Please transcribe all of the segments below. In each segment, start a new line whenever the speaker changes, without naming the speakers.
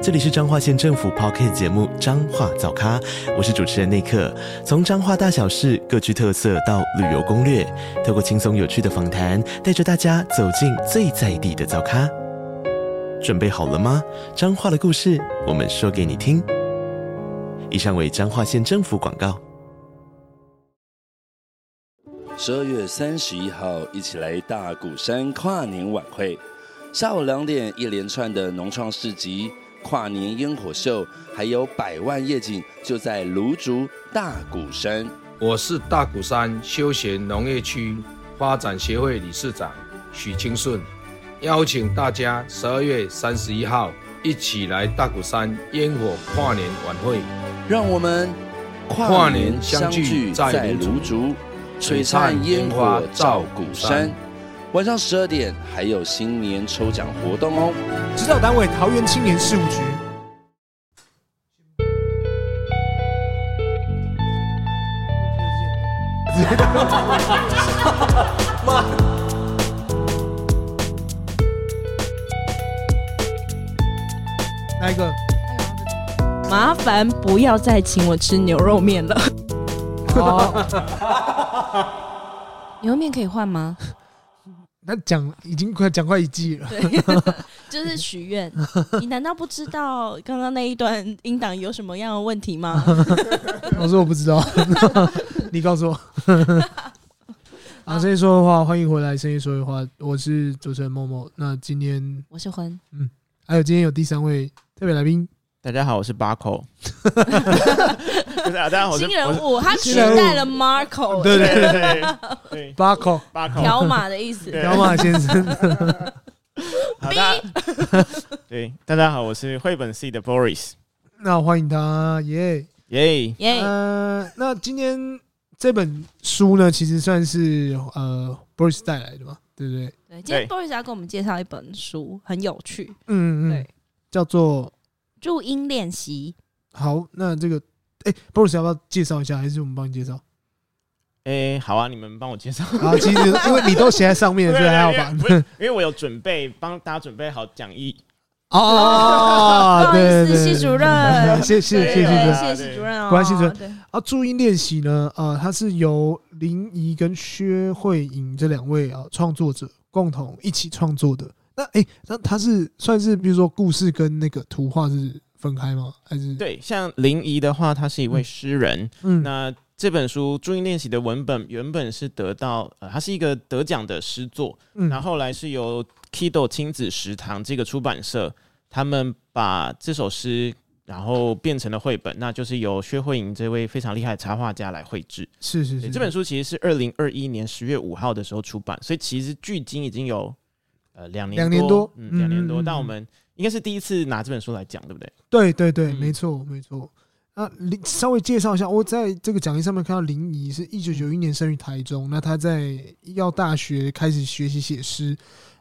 这里是彰化县政府 p o c k t 节目《彰化早咖》，我是主持人内克。从彰化大小事各具特色到旅游攻略，透过轻松有趣的访谈，带着大家走进最在地的早咖。准备好了吗？彰化的故事，我们说给你听。以上为彰化县政府广告。
十二月三十一号，一起来大鼓山跨年晚会。下午两点，一连串的农创市集、跨年烟火秀，还有百万夜景，就在芦竹大鼓山。
我是大鼓山休闲农业区发展协会理事长许清顺，邀请大家十二月三十一号一起来大鼓山烟火跨年晚会，
让我们
跨年相聚在
芦
芦
竹，璀
璀
璨
璨
烟
烟
火
火
照
照
鼓
鼓
山
山。
晚上十二点还有新年抽奖活动哦。
指导单位桃园青年事务局。 哪一个？
麻烦不要再请我吃牛肉面了。哦 牛肉面可以换吗？
那讲已经快讲快一季了，
对，就是许 愿。你难道不知道刚刚那一段音档有什么样的问题吗？
我说我不知道， 你告诉我。 啊，深夜说的话，欢迎回来。深夜说的话，我是主持人默默。那今天
我是婚，
还有今天有第三位特别来宾，
大家好，我是八口。不是啊，大家好，我是
新人物，他取
新人物
代了 Marco，
对
对
对
对对对，
巴口
八口。
条码的意思。
对
小马先生。
好，大家 对大家好，我是绘本系的 Boris，
那欢迎他耶。
耶！
耶，
呃，那今天这本书呢，其实算是呃 Boris 带来的嘛，对不对？
对，今天
对
Boris 要给我们介绍一本书，很有趣，
嗯嗯
对，
叫做
注音练习。
好。那这个哎、b o r i s 要不要介绍一下，还是我们帮你介绍？
哎，好啊，你们帮我介绍。
啊，其实因 为你都写在上 面，所以还好吧
因为？不是因为我有准备，帮大家准备好讲义。
不
哦，
好
对
意思，
对对，
系主任，
谢谢谢谢
对
主任。
谢谢系主任哦，
果然系主任
对
啊，注音练习呢，呃，它是由林怡跟薛慧颖这两位啊创作者共同一起创作的。那诶，那它是算是比如说故事跟那个图画是分开吗？还是
对，像林怡的话，她是一位诗人。
嗯
那这本书《注意练习》的文本原本是得到，呃，它是一个得奖的诗作。
嗯
然后后来是由 Kido 亲子食堂这个出版社，他们把这首诗然后变成了绘本，那就是由薛慧莹这位非常厉害的插画家来绘制。
是是
对，
是
这本
书
书其实是二零二一年十月五号的时候出版，所以其实距今已经有呃两年
两年多
多，嗯，两年
嗯嗯
多。
嗯
但我们应该是第一次拿这本书来讲，对不对？
对对对，
嗯
没错没错。那林稍微介绍一下，我在这个讲义上面看到林怡是一九九一年生于台中，那她在医药大学开始学习写诗，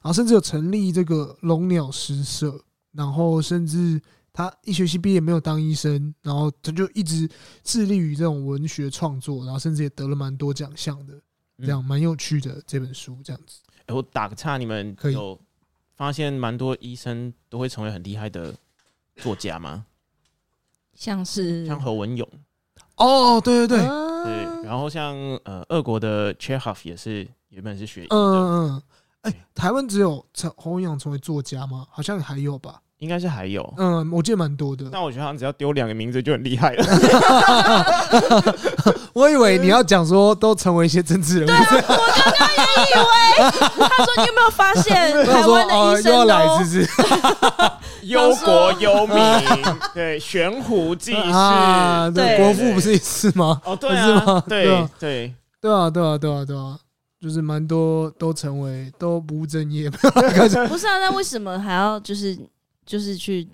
然后甚至有成立这个龙鸟诗社，然后甚至他一学期毕业没有当医生，然后他就一直致力于这种文学创作，然后甚至也得了蛮多奖项的，这样蛮有趣的这本书，这样子。
哎嗯我打个岔，你们
可以
有发现蛮多医生都会成为很厉害的作家吗？
像
嗯
是
像侯文勇，
哦，对对对，
对，
嗯
对，
然后像呃，俄国的 Chekhov 也是原本是学医的，
嗯嗯，哎、台湾只有陈洪文阳成为作家吗？好像还有吧。
应该是还有。
嗯，我记得蛮多的。
但我觉得好像只要丢两个名字就很厉害了。
嗯我以为你要讲说都成为一些政治人物，
以为哎他说 你有没有呃发现
他
啊台
说
湾的
哦
医
又要
生
来，是
都
不是？
忧国忧民，对，悬壶济世。
啊对，
对
国父不是也是吗？
哦，对
不是吗
啊，
对
对
啊
对，
对啊，对啊，对啊，对啊，就是蛮多都成为都不务正业， 开始
不是啊？那为什么还要就是就是去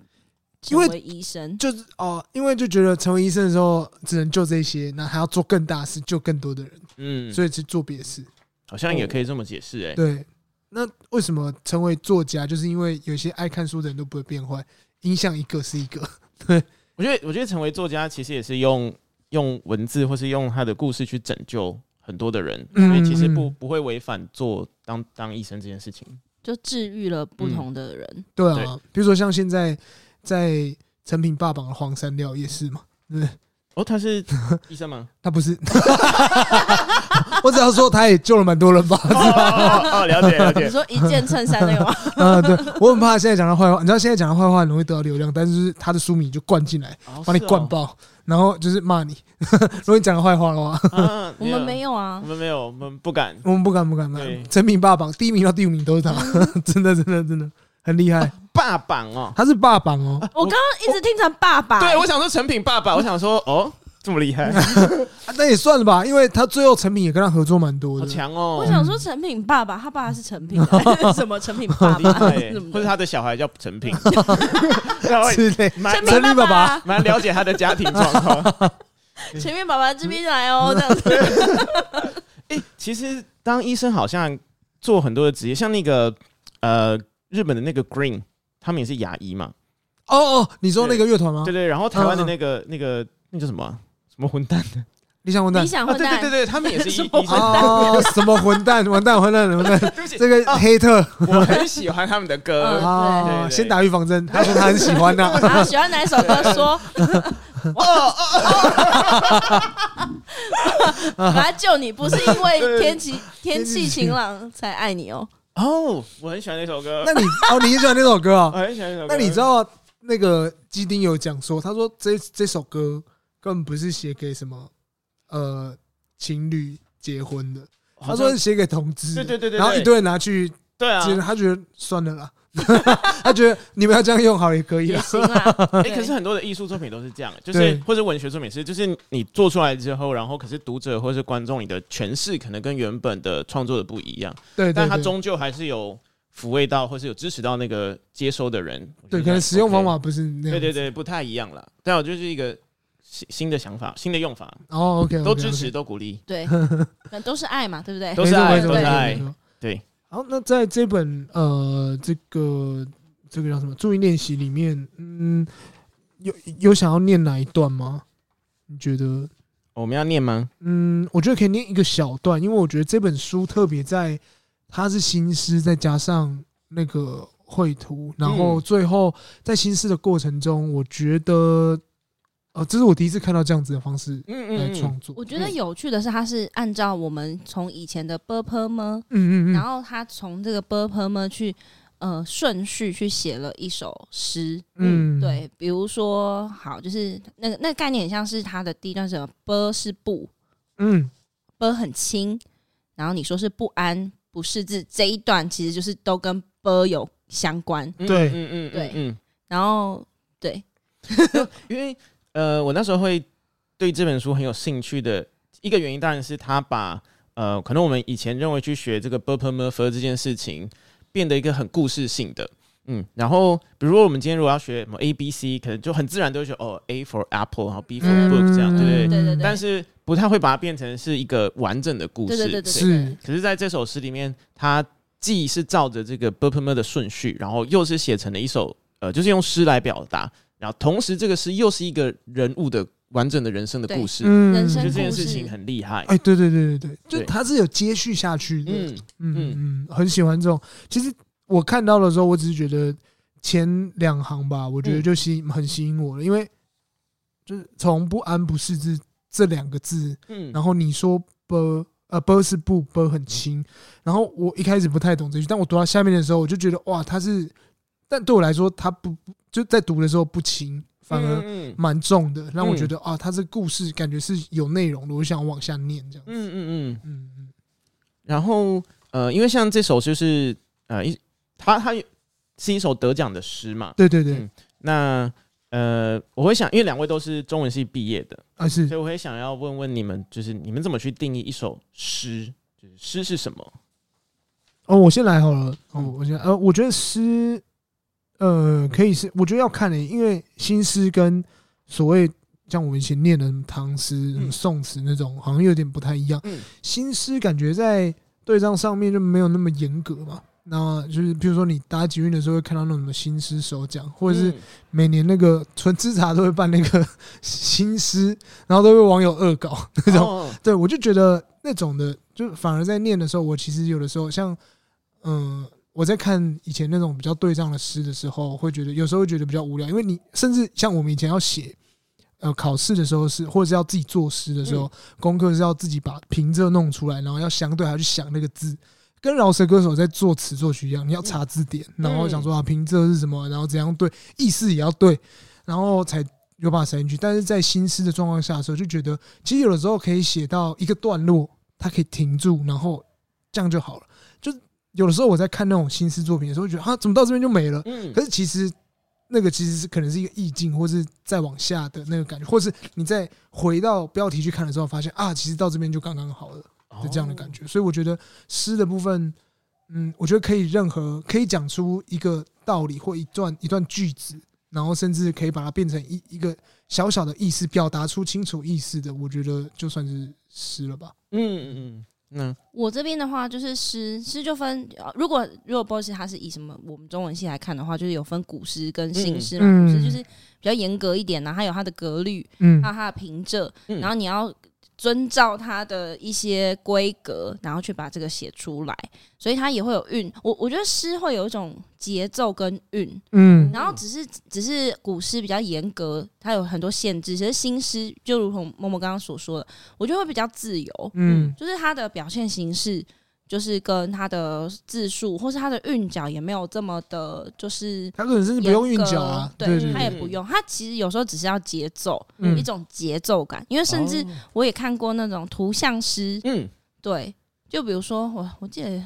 成为医生？
就是哦，因为就觉得成为医生的时候只能救这些，那还要做更大事，救更多的人，
嗯，
所以去做别的事。
好像也可以这么解释哎。
对，那为什么成为作家，就是因为有些爱看书的人都不会变坏，影响一个是一个。
我觉得，我觉得成为作家其实也是用用文字或是用他的故事去拯救很多的人，
嗯
所以其实不
嗯
不会违反做当当医生这件事情。
就嗯治愈了不同的人。
对啊，
对
比如说像现在在成品霸榜的黄山料也是嘛，
哦，他是 医生吗？
他不是， 我只要说他也救了蛮多人吧。
哦哦 哦，了解了
你。说一件衬衫那个 吗？
啊，对，我很怕现在讲他坏话，你知道现在讲他坏话很容易得到流量，但是他的书迷就灌进来，
哦
把你灌爆，然后就是骂你。 如果你讲他坏话的 话，
啊
我们没，有
我
啊，
们没有，我们不敢。
我们不敢不敢不
对
敢。成品霸榜第一名到第五名都是 他，真的真的真的很厉害，
霸榜哦，
他是霸榜哦。
我刚刚一直听成爸爸。欸
对我想说成品爸爸，我想说哦，这么厉害，
啊那也算了吧，因为他最后成品也跟他合作蛮多
好
的。
强
我
哦，
想说成品爸爸，他爸爸是成品，啊 什么成品爸
厉
爸
害耶
什么
或者
的，
他的小孩叫成品， 然后
之类，
蛮
成品爸爸，
蛮了解他的家庭状况。
成品爸爸这边来哦， 这样子。
诶，其实当医生好像做很多的职业，像那个呃日本的那个 Green，他们也是牙医嘛，
哦哦，你说那个乐团吗
对？对。然后台湾的那
嗯
个、那个那叫什么啊、什么混蛋 的？
理想混蛋
理。想
啊，
混
对对
蛋，
对对，他们也是 医
什
医
么
生。
哦，什么混蛋，完蛋，完蛋，完蛋！
对不起，
这个
啊
黑特
我很喜欢他们的歌。
嗯对
哦对
啊，
对
先打预防针。他说他很喜欢啊呐，
然后喜欢哪一首歌？说，哦本来救你不是因为天气天气晴朗才爱你哦，
哦，我很喜欢那首歌。
那你哦，你也喜欢那首歌
我
啊？
很喜欢那首歌。
那你知道那个基丁有讲说，他说这这首歌根本不是写给什么呃情侣结婚的，他
哦好像
说是写给同志的。
对对对对对
然后一堆人拿去，
对啊？
其实他觉得算了啦， 他觉得你们要这样用好也可以
也
啊。
行啦。
哎、
对
可是很多的艺术作品都是这样，就是
对
或者文学作品也是，就是你做出来之后，然后可是读者或是观众你的诠释可能跟原本的创作的不一样。
对对，
但它
对
终究还是有抚慰到，或是有支持到那个接收的人。
对
我觉得
可能使用方
OK
法不是那样。
对对对，不太一样了。但我就是一个新新的想法，新的用法，
哦，OK，
都支持，。都鼓励。
对，那都是爱嘛，对不对？
都是爱
没错
都
没
是
错
爱
没错。
对，
好，那在这本呃这个这个叫什么注意练习里面，嗯，有有想要念哪一段吗？你觉得？
哦我们要念吗？
嗯，我觉得可以念一个小段，因为我觉得这本书特别在它是新诗，再加上那个绘图，然
嗯
后最后在新诗的过程中，我觉得呃，这是我第一次看到这样子的方式
嗯
来
嗯嗯，
创作。
我觉得有趣的是，它是按照我们从以前的 b p m，
嗯嗯
然
嗯，
后他从这个 b p m 去呃顺序去写了一首诗。
嗯
对，比如说好，就是那个那个概念很像是它的第一段是什么 b 是不
嗯，
b 很轻，然后你说是不安不识字这一段，其实就是都跟 b 有相关。
嗯
对
嗯嗯
对
嗯嗯，
然后对，
因为呃，我那时候会对这本书很有兴趣的一个原因，当然是他把呃，可能我们以前认为去学这个 b u r p e r m u r f e r 这件事情，变得一个很故事性的。嗯，然后比如说我们今天如果要学什么 A B C，可能就很自然都会学哦 A for apple，然后 B for
嗯
book 这样，对不
对？
对
对对，
但是不太会把它变成是一个完整的故
对
事。
对对对
是
对，
可是在这首诗里面，它既是照着这个 b u r p e r m e 的顺序，然后又是写成了一首呃，就是用诗来表达，然后同时这个诗又是一个人物的完整的人生的故事。
嗯
人生
我觉得这件
故事
事情很厉害。
哎，对对对对对，就
对
它是有接续下去的。
嗯，
嗯嗯，很喜欢这种。其实我看到的时候，我只是觉得前两行吧，我觉得
嗯
就吸引很吸引我了，因为就是从不安不适之这两个字，
嗯
然后你说波呃波是不波很轻，然后我一开始不太懂这句，但我读到下面的时候，我就觉得哇，它是，但对我来说，它不不就在读的时候不轻，反而
嗯
蛮重的，让我觉得啊，它这故事感觉是有内容的，我想往下念这样
嗯
子。嗯
嗯嗯，
嗯嗯，
然后呃，因为像这首就是呃一，它它是一首得奖的诗嘛。
对对对，
嗯那呃，我会想，因为两位都是中文系毕业的，
啊是
所以我也想要问问你们，就是你们怎么去定义一首诗？就是诗是什么？
哦，我先来好了。哦
嗯，
我先呃，我觉得诗，呃，可以是，我觉得要看的、因为新诗跟所谓像我们以前念的什么唐诗、什么
嗯
宋词那种，好像有点不太一样。
嗯
新诗感觉在对仗上面就没有那么严格嘛，那就是比如说你搭捷运的时候会看到那种什么新诗首奖，或者是
嗯
每年那个纯喫茶都会办那个 新诗，然后都被网友恶搞那种。
哦
对我就觉得那种的，就反而在念的时候，我其实有的时候像，嗯、我在看以前那种比较对仗的诗的时候，会觉得有时候会觉得比较无聊，因为你甚至像我们以前要写。呃，考试的时候是，或者是要自己作诗的时候，功课是要自己把平仄弄出来，然后要相对还要去想那个字，跟饶舌歌手在做词作曲一样，你要查字典，然后想说啊平仄是什么，然后怎样对，意思也要对，然后才有把它塞进去。但是在新诗的状况下的时候，就觉得其实有的时候可以写到一个段落，它可以停住，然后这样就好了。就是有的时候我在看那种新诗作品的时候，觉得啊，怎么到这边就没了？
嗯
可是其实那个其实是可能是一个意境，或是再往下的那个感觉，或是你再回到标题去看的时候，发现啊，其实到这边就刚刚好了
哦
的这样的感觉。所以我觉得诗的部分，嗯，我觉得可以任何可以讲出一个道理或一段一段句子，然后甚至可以把它变成一一个小小的意思，表达出清楚意思的，我觉得就算是诗了吧。
嗯嗯嗯，
我这边的话就是诗，诗就分，呃如果如果 boss 他是以什么我们中文系来看的话，就是有分古诗跟新诗嘛，
嗯
古诗就是比较严格一点然后它有它的格律，
嗯
还有它的平仄，
嗯
然后你要遵照它的一些规格，然后去把这个写出来，所以它也会有韵。我我觉得诗会有一种节奏跟韵，
嗯
然后只是只是古诗比较严格，它有很多限制。其实新诗就如同默默刚刚所说的，我觉得会比较自由，
嗯
就是它的表现形式，就是跟它的字数或是它的韵脚也没有这么的，就是
他可能甚至不用韵脚
严
啊
格，
对
对，它
对，
也不用，它其实有时候只是要节奏，
嗯哦
一种节奏感。因为甚至我也看过那种图像诗，
嗯
对，就比如说我我记得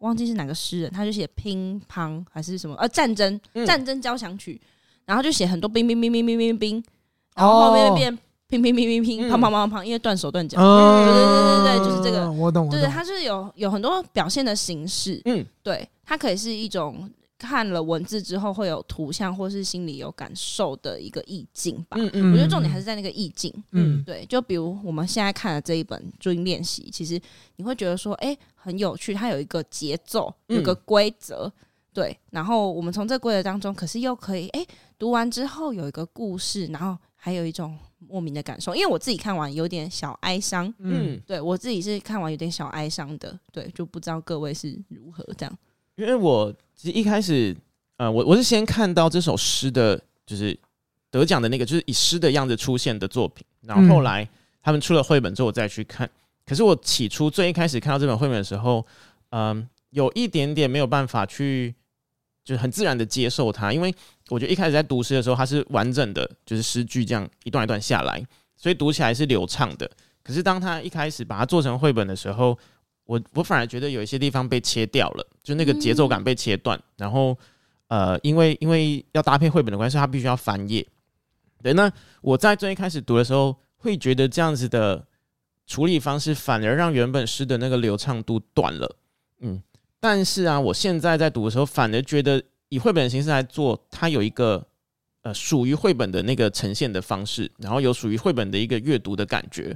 忘记是哪个诗人，他就写乒乓还是什么呃战争
嗯
战争交响曲，然后就写很多冰冰冰冰冰冰冰，然后后面就变乒乒乒乒乒
嗯
乓乓乓乓，因为断手断脚。
哦，
对对对对对就是这个
啊我哦懂，我懂，
对，它是有有很多表现的形式，
嗯
对，它可以是一种看了文字之后会有图像或是心里有感受的一个意境吧。
嗯
我
嗯
觉得重点还是在那个意境，
嗯
对，就比如我们现在看的这一本《注音练习》，其实你会觉得说，哎、很有趣，它有一个节奏，有一个
嗯
规则，对。然后我们从这规则当中，可是又可以，哎、读完之后有一个故事，然后还有一种莫名的感受。因为我自己看完有点小哀伤，
嗯
对我自己是看完有点小哀伤的，对，就不知道各位是如何这样。
因为我其实一开始，呃，我我是先看到这首诗的，就是得奖的那个，就是以诗的样子出现的作品，然
嗯
后后来他们出了绘本之后，我再去看。可是我起初最一开始看到这本绘本的时候，嗯、有一点点没有办法去，就是很自然的接受它，因为我觉得一开始在读诗的时候，它是完整的，就是诗句这样一段一段下来，所以读起来是流畅的。可是当他一开始把它做成绘本的时候，我我反而觉得有一些地方被切掉了，就那个节奏感被切断。然后呃，因为因为要搭配绘本的关系，它必须要翻页。对，那我在最一开始读的时候，会觉得这样子的处理方式反而让原本诗的那个流畅度断了。嗯，但是啊，我现在在读的时候，反而觉得以绘本的形式来做，它有一个呃属于绘本的那个呈现的方式，然后有属于绘本的一个阅读的感觉，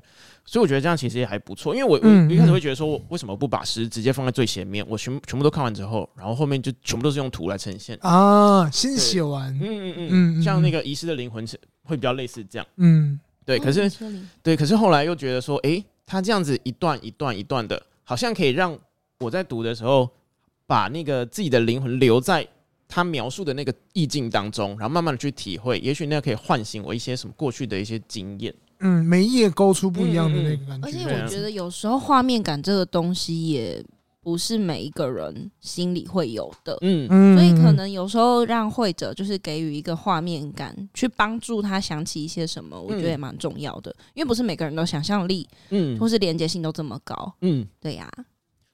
所以我觉得这样其实也还不错。因为我
嗯
我一开始
嗯
会觉得说，我为什么不把诗直接放在最前面？我全全部都看完之后，然后后面就全部都是用图来呈现。
啊，先写完，
嗯嗯
嗯嗯
嗯，像那个遗失的灵魂是会比较类似这样。
嗯
对，可是
这里
对，可是后来又觉得说，诶，他这样子一段一段一段的，好像可以让我在读的时候，把那个自己的灵魂留在他描述的那个意境当中，然后慢慢的去体会，也许那可以唤醒我一些什么过去的一些经验。
嗯，每一页勾出不一样的那个感觉，
嗯而且
对啊
我觉得有时候画面感这个东西也不是每一个人心里会有的，
嗯
嗯
所以可能有时候让会者就是给予一个画面感，去帮助他想起一些什么，我觉
嗯
得也蛮重要的，因为不是每个人都想象力
嗯
或是连接性都这么高，
嗯，
对呀、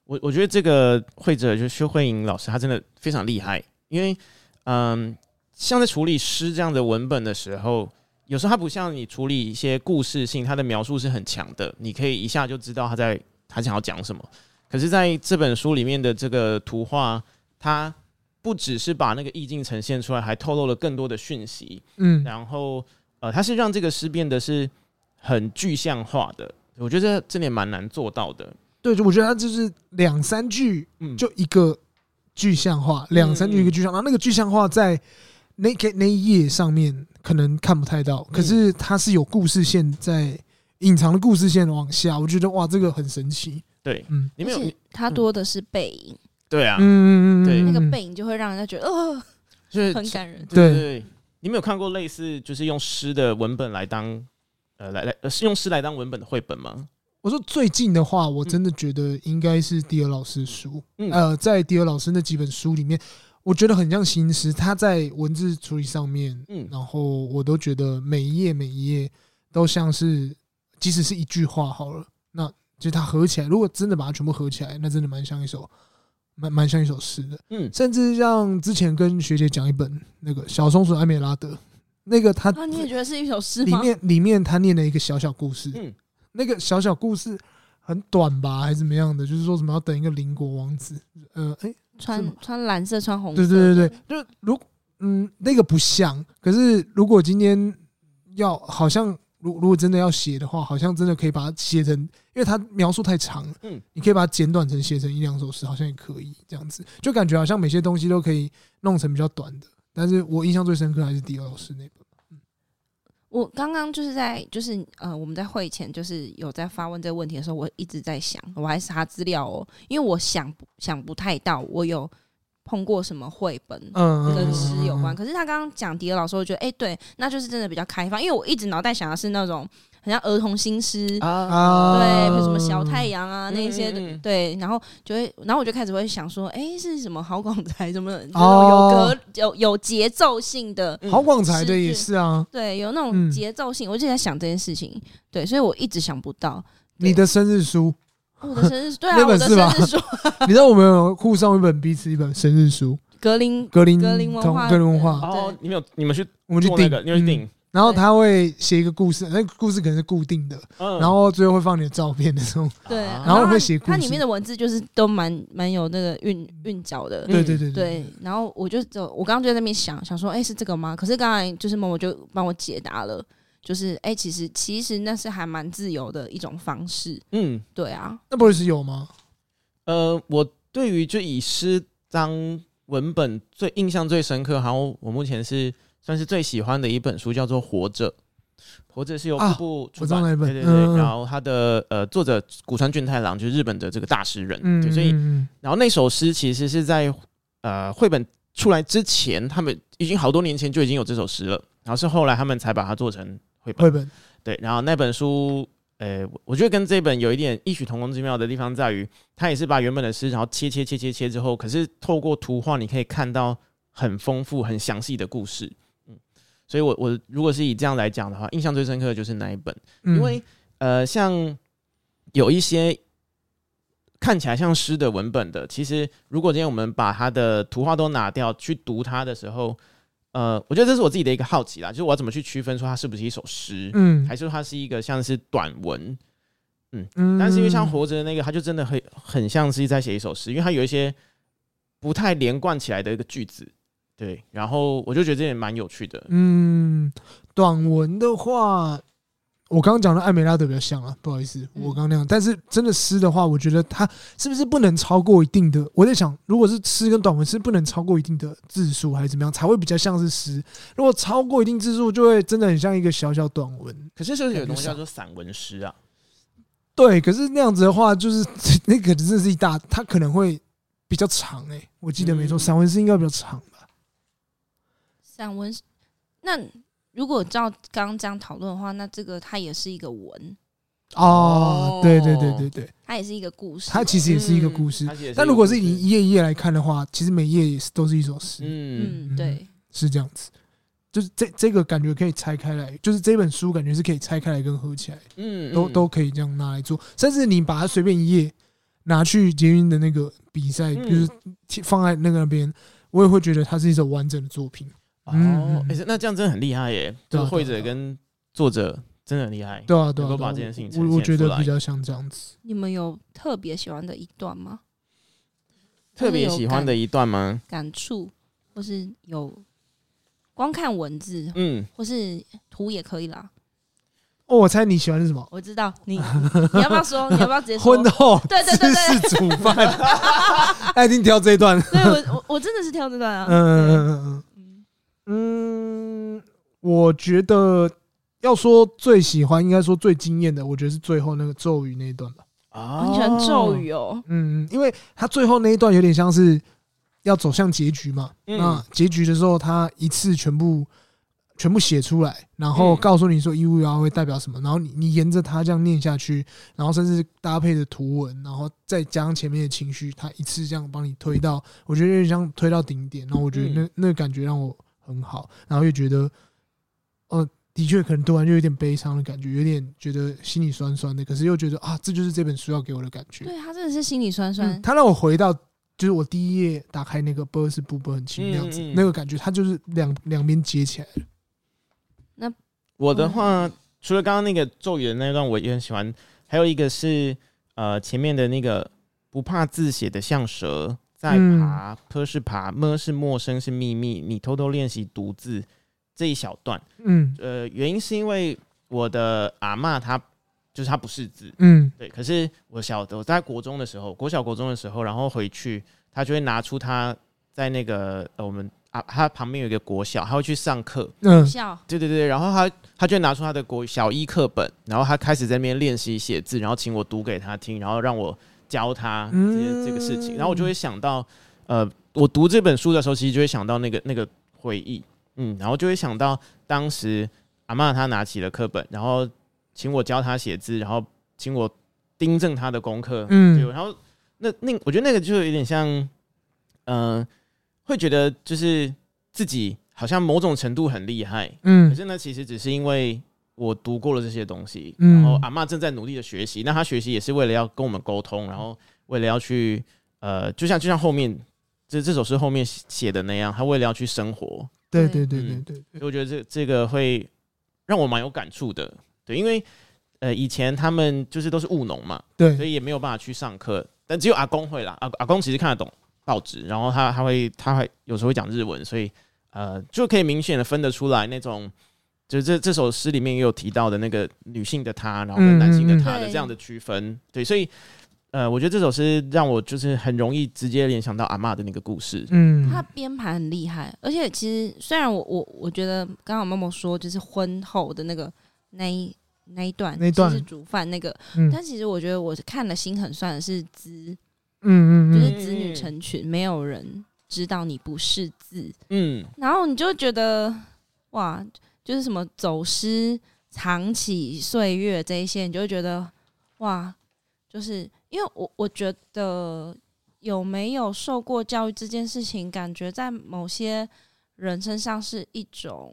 我我觉得这个会者就是薛慧颖老师，她真的非常厉害，因为嗯，像在处理诗这样的文本的时候，有时候它不像你处理一些故事性，它的描述是很强的，你可以一下就知道他在他想要讲什么。可是，在这本书里面的这个图画，它不只是把那个意境呈现出来，还透露了更多的讯息。
嗯
然后呃，它是让这个诗变得是很具象化的，我觉得这这点蛮难做到的。
对，就我觉得他就是两三句
嗯，
就一个具象化，两三句一个具象，然后那个具象化在那个那一页上面可能看不太
嗯
到，可是它是有故事线在隐藏的故事线往下，我觉得哇，这个很神奇，
对，
嗯
你没有
而且它多的是背影，
对啊，
嗯
对
那个背影就会让人家觉得哦，
就是
很感人。
对
对
对，你没有看过类似就是用诗的文本来当呃来来呃是用诗来当文本的绘本吗？
我说最近的话，我真的觉得应该是迪尔老师的书。
嗯
呃，在迪尔老师那几本书里面，我觉得很像新诗，他在文字处理上面，
嗯
然后我都觉得每一页每一页都像是，即使是一句话好了，那就是它合起来，如果真的把它全部合起来，那真的蛮像一首，蛮蛮像一首诗的。
嗯，
甚至像之前跟学姐讲一本那个小松鼠艾美拉德，那个他
啊，你也觉得是一首诗
里
吗？
面里面他念了一个小小故事，
嗯
那个小小故事很短吧，还是怎么样的？就是说什么要等一个邻国王子，呃，哎、是吗
穿穿蓝色，穿红
对
色，
对对对，就是如嗯那个不像，可是如果今天要好像。如如果真的要写的话，好像真的可以把它写成，因为它描述太长了，
嗯，
你可以把它简短成写成一两首诗，好像也可以这样子，就感觉好像每些东西都可以弄成比较短的。但是我印象最深刻还是迪奥老师那本，
我刚刚就是在就是呃，我们在会前就是有在发问这个问题的时候，我一直在想，我还查资料哦，因为我想不想不太到我有碰过什么绘本
嗯，
跟诗有关。
嗯，
可是他刚刚讲迪尔老师，我觉得哎、对，那就是真的比较开放，因为我一直脑袋想的是那种很像儿童新诗。
啊，
啊，
对，比如什么小太阳啊那一些的，
嗯嗯嗯
对，然后就会，然后我就开始会想说，哎，是什么好广才什么的，就是
哦
有格有有节奏性的
嗯
好广才的
是
也
是
是啊。
对，有那
嗯
种节奏性，我就在想这件事情，对，所以我一直想不 到对
你的生日书，
我的生日，对啊，
那
我
本
的
是吧
生日书，
你知道我们有互送一本彼此一本生日书，
格林
格林
格林文
同
化
格林文化，
对
哦，你们有你们去
我们去
做那
订
个，你们去订
嗯，然后
对
他会写一个故事，那个故事可能是固定的，
嗯，
然后最后会放你的照片那种。
对，
啊
然后会
它
写故
它
事
里面的文字就是都蛮蛮有那个韵韵脚的，
对对对
嗯对，然后我就走，我刚刚就在那边想想说，哎、是这个吗？可是刚才就是默默就帮我解答了，就是哎、其实其实那是还蛮自由的一种方式，
嗯
对啊，
那不是有吗？
呃，我对于就以诗当文本最印象最深刻，好像我目前是算是最喜欢的一本书，叫做《活着》。活着是由
啊
瀑布出
我知道
版，
那一本
对对对，
嗯
然后他的呃作者古川俊太郎就是日本的这个大诗人，
嗯，
对，所以
嗯
然后那首诗其实是在呃绘本出来之前，他们已经好多年前就已经有这首诗了，然后是后来他们才把它做成绘本。
绘本，
对，然后那本书，呃，我我觉得跟这本有一点异曲同工之妙的地方在于，它也是把原本的诗，然后切切切切切之后，可是透过图画，你可以看到很丰富、很详细的故事。嗯，所以我我如果是以这样来讲的话，印象最深刻的就是那一本。
嗯
因为呃，像有一些看起来像诗的文本的，其实如果今天我们把它的图画都拿掉去读它的时候，呃，我觉得这是我自己的一个好奇啦，就是我要怎么去区分说它是不是一首诗，
嗯
还是说它是一个像是短文？
嗯
但是因为像活着的那个，它就真的很很像是在写一首诗，因为它有一些不太连贯起来的一个句子。对，然后我就觉得这也蛮有趣的。
嗯短文的话，我刚刚讲的艾美拉德比较像啊，不好意思，
嗯
我刚刚那样。但是真的诗的话，我觉得它是不是不能超过一定的？我在想，如果是诗跟短文是不能超过一定的字数，还是怎么样才会比较像是诗？如果超过一定字数，就会真的很像一个小小短文。
可是就是有东西叫做散文诗啊，
对，可是那样子的话，就是 那可能真的是一大，它可能会比较长诶、我记得没错，
嗯
散文诗应该比较长吧？
散文。那如果照刚刚这样讨论的话，那这个它也是一个文，
哦
哦，
对对对对对，
它也是一个故事，
它其实也是一个故事
嗯。它其实也
但如果是
一个故事
你一页一页来看的话，其实每页也是都是一首诗，
嗯
嗯，对，
是这样子。就是这这个感觉可以拆开来，就是这本书感觉是可以拆开来跟合起来，
嗯
都都可以这样拿来做。甚至你把它随便一页拿去捷运的那个比赛，
嗯
就是贴放在那个那边，我也会觉得它是一首完整的作品。嗯
哦，
嗯
诶是那这样真的很厉害耶，
对啊
就是绘者
对啊对啊
跟作者真的很厉害。
对啊，对啊，
能够
对啊
把这件事情呈
我我
现
觉
出
得
来
比较像这样子。
你们有特别喜欢的一段吗？
特别喜欢的一段吗？
感触，或是有光看文字，
嗯，
或是图也可以啦。
哦，我猜你喜欢是什么？
我知道 你，你要不要 说？你要不要直接说？
婚后
对对对对
知识煮 饭，他一定挑这一段。
对我我我真的是挑这段啊。嗯，
嗯嗯嗯，我觉得要说最喜欢，应该说最惊艳的，我觉得是最后那个咒语那一段吧。
啊
完嗯全咒，语哦，
嗯，因为他最后那一段有点像是要走向结局嘛。
嗯
那结局的时候，他一次全部全部写出来，然后告诉你说一五幺会代表什么，然后你你沿着它这样念下去，然后甚至搭配着图文，然后再加上前面的情绪，他一次这样帮你推到，我觉得有点像推到顶点。然后我觉得那、那个感觉让我很好，然后又觉得，呃。的确，可能读完就有点悲伤的感觉，有点觉得心里酸酸的，可是又觉得啊，这就是这本书要给我的感觉。
对他真的是心里酸酸
嗯，。他让我回到就是我第一页打开那个波是不波很轻那样子，
嗯嗯嗯
那个感觉，它就是两两边接起来了。
我的话，除了刚刚那个咒语的那一段，我也很喜欢，还有一个是呃前面的那个不怕字写的像蛇在
嗯
爬，坡、是爬，么是陌生是秘密，你偷偷练习独自这一小段。
嗯
呃，原因是因为我的阿嬷她就是她不识字，
嗯
对，可是我小我在国中的时候，国小国中的时候，然后回去，她就会拿出她在那个呃我们啊，她旁边有一个国小，她会去上课，
嗯
笑，
对对对，然后他他就拿出他的国小一课本，然后他开始在那边练习写字，然后请我读给他听，然后让我教他这些、
嗯
这个事情，然后我就会想到，呃，我读这本书的时候，其实就会想到那个那个回忆，嗯，然后就会想到当时阿嬷她拿起了课本，然后请我教他写字，然后请我订正他的功课，对，
嗯
然后那那我觉得那个就有点像，嗯、会觉得就是自己好像某种程度很厉害，可
嗯
是呢，其实只是因为我读过了这些东西，
嗯
然后阿嬷正在努力的学习，那她学习也是为了要跟我们沟通，然后为了要去呃，就像就像后面这这首诗后面写的那样，她为了要去生活，
对对对
嗯
对对
所
对，
以我觉得这这个会让我蛮有感触的，对，因为呃以前他们就是都是务农嘛，所
对，
以也没有办法去上课，但只有阿公会啦。阿阿公其实看得懂报纸，然后他他会他会有时候会讲日文，所以呃就可以明显的分得出来那种，就是这这首诗里面也有提到的那个女性的她，然后跟男性的
嗯
她
嗯嗯
的
对
这样的区分。对，所以呃，我觉得这首诗让我就是很容易直接联想到阿嬷的那个故事。
嗯
他编排很厉害，而且其实虽然我我我觉得刚刚默默说就是婚后的那个那一那一段，
那一段
就是煮饭那个，
嗯
但其实我觉得我看了心很酸的是子，
嗯
就
嗯
是子女成群，没有人知道你不识字，
嗯，
然后你就觉得哇，就是什么走失、藏起岁月这一些，你就会觉得哇，就是因为我我觉得有没有受过教育这件事情，感觉在某些人身上是一种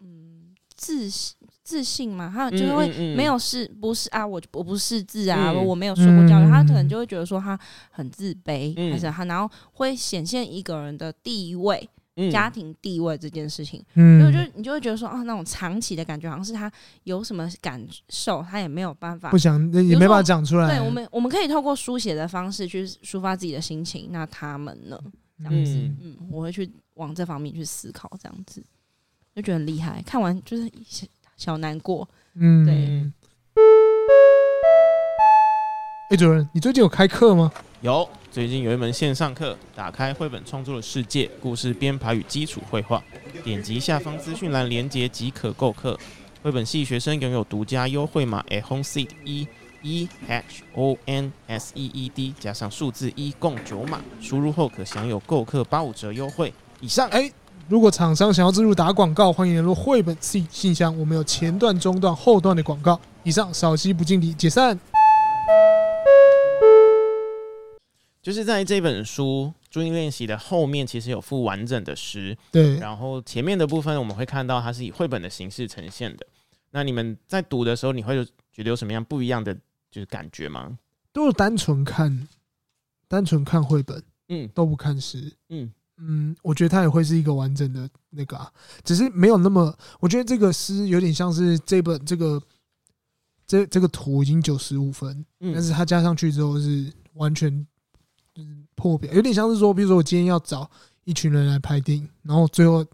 嗯自信自信嘛，还有
嗯
就是会
会
没有是不是啊？我我不识字啊，
嗯
我没有受过教育，
嗯
他可能就会觉得说他很自卑，
嗯
还是他然后会显现一个人的地位、
嗯
家庭地位这件事情，所以我
嗯，
就你就会觉得说啊，那种长期的感觉好像是他有什么感受，他也没有办法
不。想也没办法讲出来。
对我们，我们可以透过书写的方式去抒发自己的心情。那他们呢？
嗯
嗯，我会去往这方面去思考，这样子就觉得很厉害。看完就是小小难过，
嗯
对。
哎，主任，你最近有开课吗？
有，最近有一门线上课，打开绘本创作的世界，故事编排与基础绘画，点击下方资讯栏连接即可购课。绘本系学生拥有独家优惠码 at home seed 一一 h o n s e e d 加上数字一共九码，输入后可享有购课八五折优惠。以上，
哎，如果厂商想要自入打广告，欢迎联络绘本信信箱，我们有前段、中段、后段的广告。以上少息不敬礼，解散。
就是在这本书《注意练习》的后面，其实有附完整的诗，
对，
然后前面的部分我们会看到它是以绘本的形式呈现的。那你们在读的时候，你会有觉得有什么样不一样的就是感觉吗？
都是单纯看，单纯看绘本。
嗯
都不看诗，
嗯
嗯，我觉得它也会是一个完整的那个啊，只是没有那么，我觉得这个诗有点像是这本这个这这个图已经九十五分，但
嗯
是它加上去之后是完全就是破表，有点像是说，比如说我今天要找一群人来拍电影，然后最后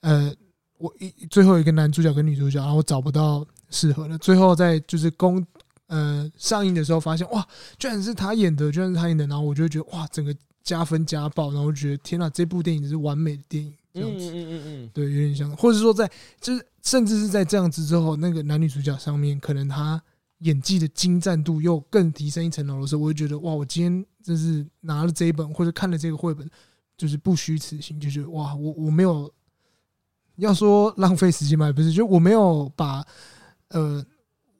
呃，我一最后有一个男主角跟女主角，然后我找不到适合的。最后在就是公呃上映的时候发现，哇，居然是他演的，居然是他演的，然后我就会觉得哇，整个加分加爆，然后觉得天啊哪，这部电影是完美的电影，这样子。
嗯嗯嗯
对，有点像，或者说在就是甚至是在这样子之后，那个男女主角上面，可能他演技的精湛度又更提升一层楼的时候，我会觉得哇，我今天就是拿了这一本或者看了这个绘本，就是不虚此行，就是哇，我我没有要说浪费时间嘛，也不是，就我没有把呃，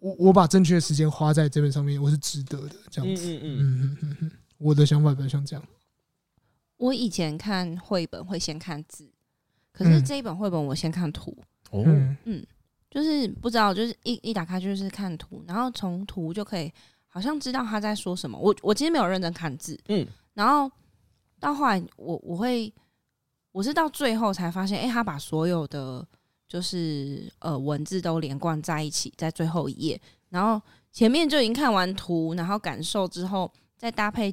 我我把正确的时间花在这本上面，我是值得的这样
嗯
子。
嗯嗯，
嗯嗯嗯嗯，我的想法比较像这样。
我以前看绘本会先看字，可是
嗯
这一本绘本我先看图，
哦，
嗯
就是不知道，就是一一打开就是看图，然后从图就可以好像知道他在说什么。我我其实没有认真看字，
嗯，
然后到后来我我会我是到最后才发现，哎、他把所有的就是呃文字都连贯在一起，在最后一页，然后前面就已经看完图，然后感受之后再搭配。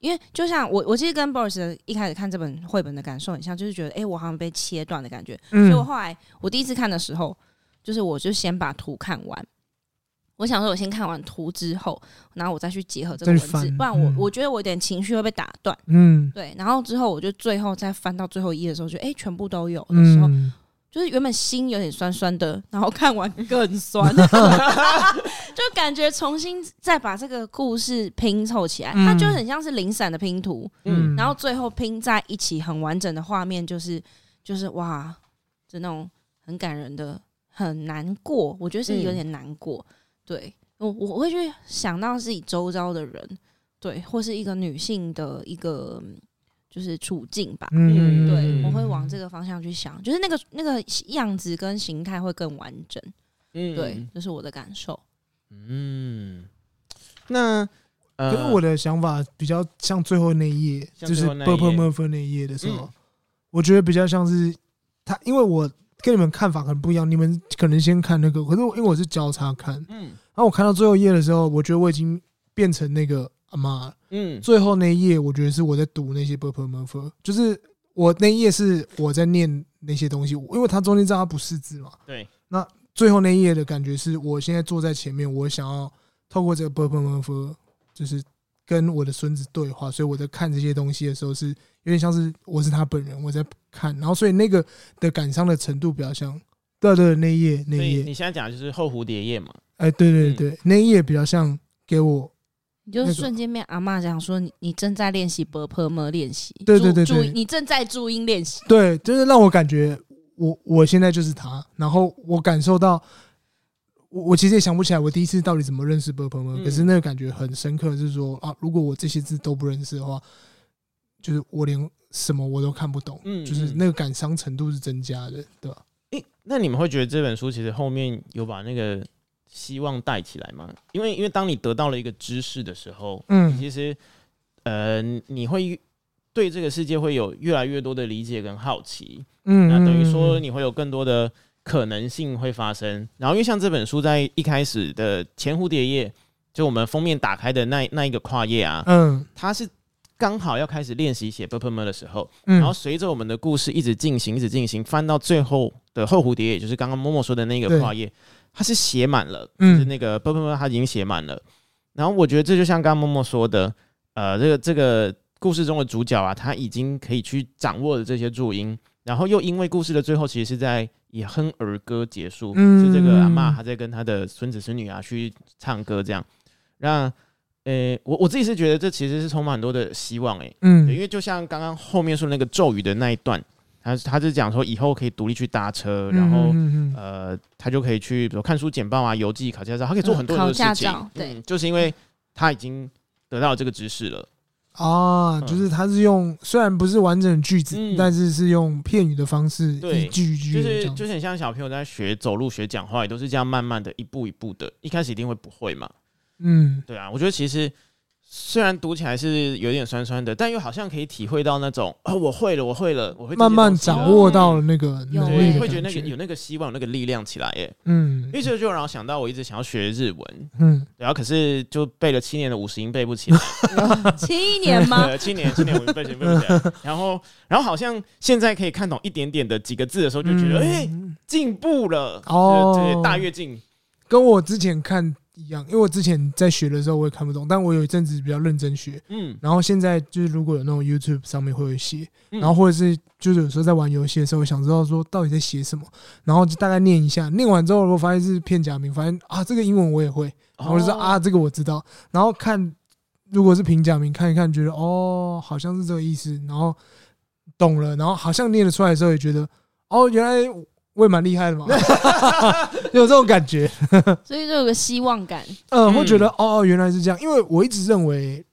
因为就像我，我其实跟 Boris 的一开始看这本绘本的感受很像，就是觉得，哎、我好像被切断的感觉。所以我
嗯
后来我第一次看的时候，就是我就先把图看完。我想说，我先看完图之后，然后我再去结合这个
再
文
去
字，
翻
不然我、
嗯
我觉得我有点情绪会被打断。
嗯
对，然后之后我就最后再翻到最后一页的时候，就哎、诶全部都有的时候，
嗯，
就是原本心有点酸酸 的，然后看完更酸，就感觉重新再把这个故事拼凑起来，它就
嗯
很像是零散的拼图，
嗯
然后最后拼在一起很完整的画面，就是就是哇，就那种很感人的，很难过，我觉得是有点难过。
嗯
对我我会去想到自己周遭的人，对，或是一个女性的一个嗯就是处境吧。
嗯，
对，我会往这个方向去想，就是那个那个样子跟形态会更完整。
嗯
对，这、是我的感受。
嗯，那
可是
呃，
我的想法比较像最后那一页，
像
就
最
是
后那一页
Purple Murphy 那一页的时候，
嗯
我觉得比较像是他，因为我跟你们看法很不一样，你们可能先看那个，可是我因为我是交叉看，然
嗯
后我看到最后一页的时候，我觉得我已经变成那个阿妈了，
嗯
最后那一页，我觉得是我在读那些 Purple Murphy，就是我那一页是我在念那些东西，因为它中间这样它不识字嘛，
对，
那最后那一页的感觉是我现在坐在前面，我想要透过这个 b u r b e n f e 就是跟我的孙子对话，所以我在看这些东西的时候是有点像是我是他本人，我在看，然后所以那个的感伤的程度比较像，对对，那一页那
所以
一
你
页，
现在讲的就是后蝴蝶叶嘛，
哎，对对对，那一页比较像给我，
你就
那个
瞬间变阿妈讲说你，你正在练习 b p m 练习，
对对对
注注
对
你正在注音练习。
对，就是让我感觉我我现在就是他，然后我感受到。我我其实也想不起来我第一次到底怎么认识 b u r b e n
嗯
可是那个感觉很深刻，就是说啊，如果我这些字都不认识的话，就是我连什么我都看不懂，
嗯
就是那个感伤程度是增加的，对吧？
诶，那你们会觉得这本书其实后面有把那个希望带起来吗？因为因为当你得到了一个知识的时候，你
嗯
其实呃你会对这个世界会有越来越多的理解跟好奇，
嗯
那等于说你会有更多的可能性会发生。然后因为像这本书在一开始的前蝴蝶页，就我们封面打开的那那一个跨页啊，
嗯
它是刚好要开始练习写 p u r p l e m 的时候，
嗯，
然后随着我们的故事一直进行，一直进行，翻到最后的后蝴蝶，也就是刚刚默默说的那个
对
跨页，它是写满了，
嗯
就是那个不不不，它已经写满了。然后我觉得这就像刚刚默默说的，呃，这个这个故事中的主角啊，他已经可以去掌握了这些注音，然后又因为故事的最后其实是在以哼儿歌结束，
嗯
是这个阿嬷她在跟她的孙子孙女啊去唱歌这样，让。呃，我我自己是觉得这其实是充满很多的希望欸诶、对，因
嗯
为就像刚刚后面说的那个咒语的那一段，他他是讲说以后可以独立去搭车，然后、
嗯嗯
呃，他就可以去比如看书简报啊、邮寄、考驾照，他可
嗯
以做很多
考
很多
驾
事情。
照对
嗯就是因为他已经得到这个知识
嗯
了。
啊，就是他是用虽然不是完整的句子，
嗯
但是是用片语的方式，
对
一句一句
就
的这
是
样
就是很像小朋友在学走路、学讲话，也都是这样慢慢的、一步一步的，一开始一定会不会嘛，
嗯
对啊，我觉得其实虽然读起来是有点酸酸的，但又好像可以体会到那种哦，我会了，我会了，我会这些
慢慢
东西了嗯
掌握到了那个
有
能
欸
力
啊对，
的
会觉
感
得那个
觉，
有那个希望、有那个力量起来耶。
嗯
因为这就让我想到我一直想要学日文，
嗯
然后可是就背了七年的五十音背不起来，
七年 吗？
呃，七年七年五十音背起来背不起来，然后然后好像现在可以看懂一点点的几个字的时候，就觉得哎
嗯
进、步了，
哦
就是对大跃进，
跟我之前看一样，因为我之前在学的时候我也看不懂，但我有一阵子比较认真学，
嗯，
然后现在就是如果有那种 YouTube 上面会有写，
嗯
然后或者是就是有时候在玩游戏的时候，想知道说到底在写什么，然后就大概念一下，念完之后如果发现是片假名，发现啊这个英文我也会，然后我就说、
哦
啊这个我知道，然后看如果是平假名看一看，觉得哦好像是这个意思，然后懂了，然后好像念得出来的时候也觉得哦原来我也蛮厉害 的嘛，有这种感觉。
所以就有个希望感。
呃，
嗯
会觉得、哦，原来是这样。因为我一直认为，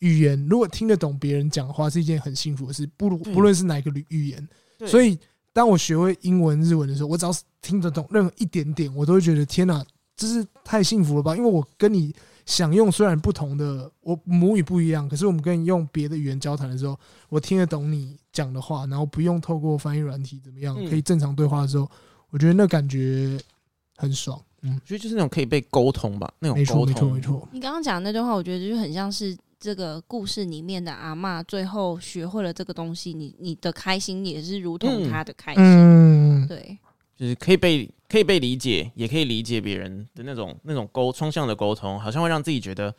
语言如果听得懂别人讲话是一件很幸福的事，不如
对
不论是哪一个语言。
对
所以，当我学会英文、日文的时候，我只要是听得懂任何一点点，我都会觉得天哪，这是太幸福了吧！因为我跟你想用虽然不同的，我母语不一样，可是我们跟你用别的语言交谈的时候，我听得懂你讲的话，然后不用透过翻译软体怎么样，
嗯
可以正常对话的时候，我觉得那感觉很爽。嗯，
我觉得就是那种可以被沟通吧，那种
没
哦
错，
沟通，
没错，没错。
你刚刚讲的那段话，我觉得就很像是这个故事里面的阿嬷最后学会了这个东西，你你的开心也是如同
嗯
她的开心。
嗯，
对，
就是可以被可以被理解，也可以理解别人的那种那种沟双向的沟通，好像会让自己觉得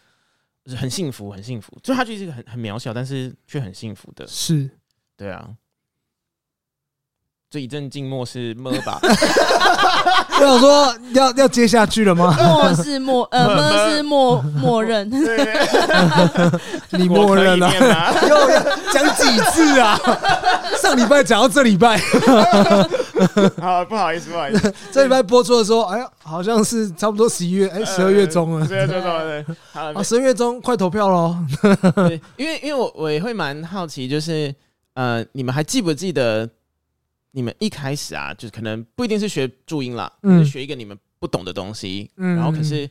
就是很幸福，很幸福。就它就是一个很很渺小，但是却很幸福的，
是，
对啊。这一阵静 默是么吧？
我想说要要接下去了 吗？
默是默， 呃，么是默默认。
你
你
默认啊了、
了，
又要讲几次 啊？上礼拜讲到这礼拜，
好，不好意思，不好意思，
这礼拜播出的时候，哎呀，好像是差不多十一月，哎， 十二月中了。
十二月中了，呃对好，
啊，十二月中快投票哦喽！
对，因为因为我我也会蛮好奇，就是呃，你们还记不记得你们一开始啊，就是可能不一定是学注音啦，
嗯
嗯，学一个你们不懂的东西，
嗯
然后可是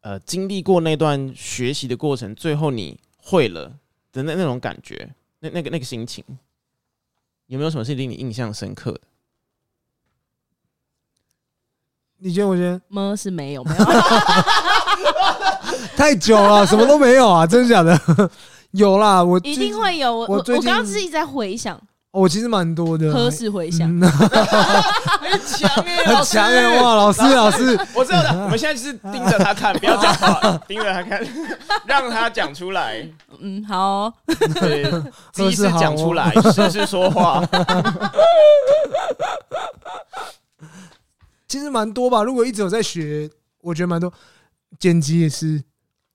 呃，经历过那段学习的过程，最后你会了的那那种感觉，那那个那个心情，有没有什么是令你印象深刻的？
你先，我先，
么是没有，没 有。
太久了，什么都没有 啊，真的假的？有啦，我
一
最
定，会有。我
我
我
最
我
近
刚刚是一直在回想，
我其实蛮多的，
何时回想？
嗯
很强哎
很强哎！哇，老师，老师，
我知道的，我们现在就是盯着他看，不要 讲话，盯着他看，让他讲出来。
嗯，好哦，
对，第一次讲出来，
哦
甚是 说话。
其实蛮多吧。如果一直有在学，我觉得蛮多。剪辑也是，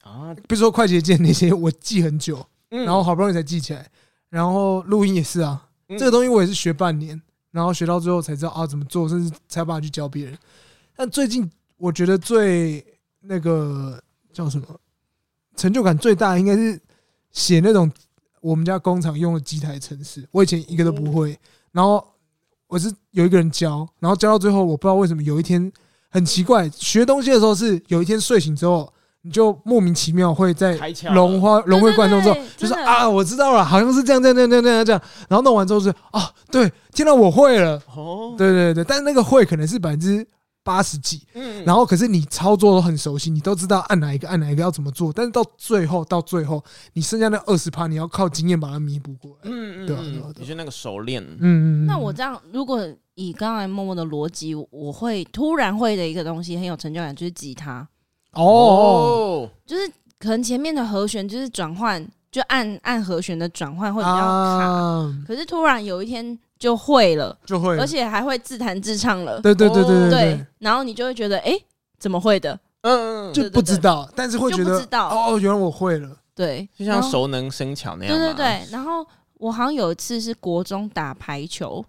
啊，
比如说快捷键那些，我记很久，
嗯
然后好不容易才记起来。然后录音也是啊，
嗯
这个东西我也是学半年，然后学到最后才知道啊怎么做，甚至才把它去教别人。但最近我觉得最那个叫什么成就感最大，应该是写那种我们家工厂用的机台程式，我以前一个都不会，然后我是有一个人教，然后教到最后，我不知道为什么有一天很奇怪，学东西的时候是有一天睡醒之后。你就莫名其妙会在
开窍了
融化融会贯通之后
对对，
就
对
是
真的
啊，我知道了，好像是这样这样这样这样这样这样，然后弄完之后是啊，对，天到我会了，
哦，
对对对，但是那个会可能是百分之八十几，
嗯
然后可是你操作都很熟悉，你都知道按哪一个按哪一个要怎么做，但是到最后到最后，你剩下那二十趴，你要靠经验把它弥补过来。嗯
嗯
对啊对啊对啊
你是那个熟练，
嗯，嗯
那我这样，如果以刚才默默的逻辑，我会突然会的一个东西很有成就感，就是吉他，
哦，
就是可能前面的和弦就是转换，就按按和弦的转换会比较卡，
啊，
可是突然有一天就会了，
就会了，
而且还会自弹自唱了，
对对对对
对，然后你就会觉得，哎，怎么会的？
嗯，
对，就不知道，但是会觉
就
得
不知道
哦，原来我会了，
对，
就像
然后
熟能生巧那样，
对对，对，然后我好像有一次是国中打排球，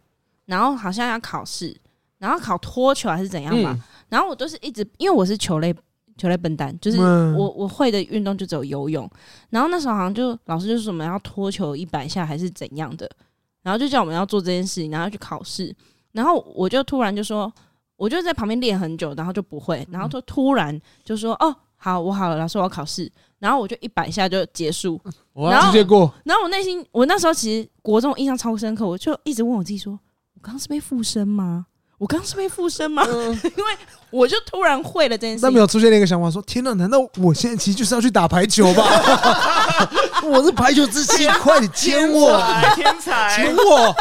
然后好像要考试，然后考脱球还是怎样吧，
嗯
然后我都是一直因为我是球类球类笨蛋，就是
嗯
我我会的运动就只有游泳，然后那时候好像就老师就说我们要脱球一百下还是怎样的，然后就叫我们要做这件事情，然后要去考试，然后我就突然就说，我就在旁边练很久，然后就不会，
嗯
然后就突然就说哦。好，我好了，老师，我要考试，然后我就一百下就结束，然后
直接过，
然后我内心，我那时候其实国中印象超深刻，我就一直问我自己说：“我刚刚是被附身吗？我刚刚是被附身吗？” 因为我就突然会了这件事
但没
情。
有出现那个想法说，天哪，难道我现在其实就是要去打排球 吧？我是排球之星，快点签我，
天才
签我，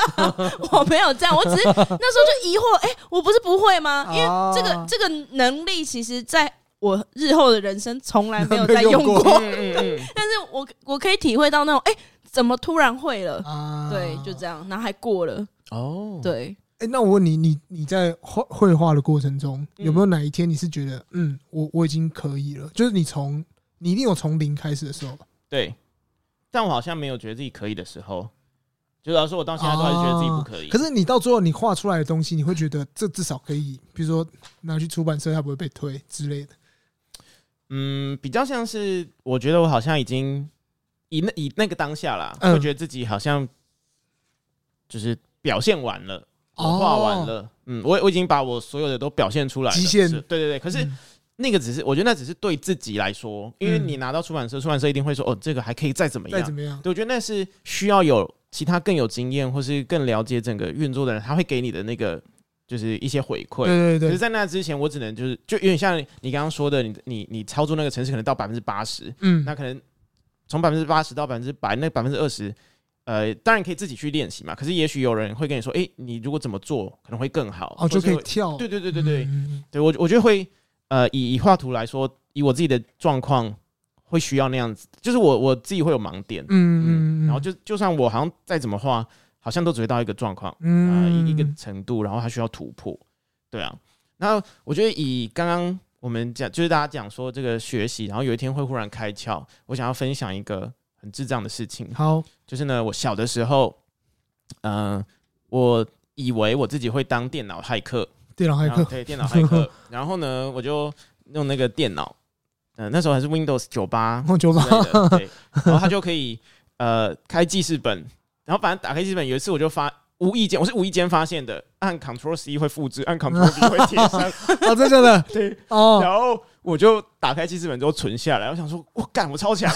我没有这样，我 只是那时候就疑惑：哎、我不是不会吗？因为这个、
啊
这个能力，其实在我日后的人生从来没 有
没
再
用
用
过
过，
嗯嗯嗯，
但是我我可以体会到那种，哎、怎么突然会了？
啊嗯
对，就
样。
这样，然后还过了，
哦，，
对，
哎、那我问你，你你在画绘画的过程中，
嗯
有没有哪一天你是觉得，嗯，我我已经可以了？就是你从你一定有从零开始的时候吧？
对，但我好像没有觉得自己可以的时候，就是老实说，我到现在都还是觉得自己不可以。
可是你到最后你画出来的东西，你会觉得这至少可以，比如说拿去出版社，它不会被推之类的。
嗯，比较像是我觉得我好像已经以那以那个当下啦，
嗯
会觉得自己好像就是表现完了，
哦
我画完了，嗯，我我已经把我所有的都表现出来了，
极限
是对对对，可是。
嗯
那个只是，我觉得那只是对自己来说，因为
嗯
你拿到出版社，出版社一定会说，哦，这个还可以再怎么样，
再怎么样，
对，我觉得那是需要有其他更有经验或是更了解整个运作的人，他会给你的那个就是一些回馈。
对
可
对
是，
对，
在那之前，我只能就是就有点像你刚刚说的，你你你操作那个城市可能到百分之八十，
嗯
那可能从百分之八十到百分之百，那百分之二十，呃，当然可以自己去练习嘛。可是也许有人会跟你说，诶，你如果怎么做可能会更好，
哦，
或
就是可以
会
跳，
对对对对对，
嗯，嗯
对我我觉得会呃，以以画图来说，以我自己的状况会需要那样子，就是我我自己会有盲点，
嗯嗯嗯，
然后就就算我好像再怎么画，好像都只会到一个状况，啊、
嗯
一一个程度，然后它需要突破，对啊。然后我觉得以刚刚我们讲，就是大家讲说这个学习，然后有一天会忽然开窍。我想要分享一个很智障的事情，
嗯好，
就是呢，我小的时候，嗯、我以为我自己会当电脑骇客，
电脑骇
然后
客，
对电脑骇 客，然后呢，我就用那个电脑，嗯、那时候还是 Windows 九八，
梦酒吧
之， 类的，对，然后他就可以呃开记事本，然后反正打开记事本，有一次我就发无意间，我是无意间发现的，按 Ctrl C 会复制，按 Ctrl V 会贴上，
哦，真的假的，
对，
哦，
然后我就打开记事本之后存下来，我想说，我干，我 超强，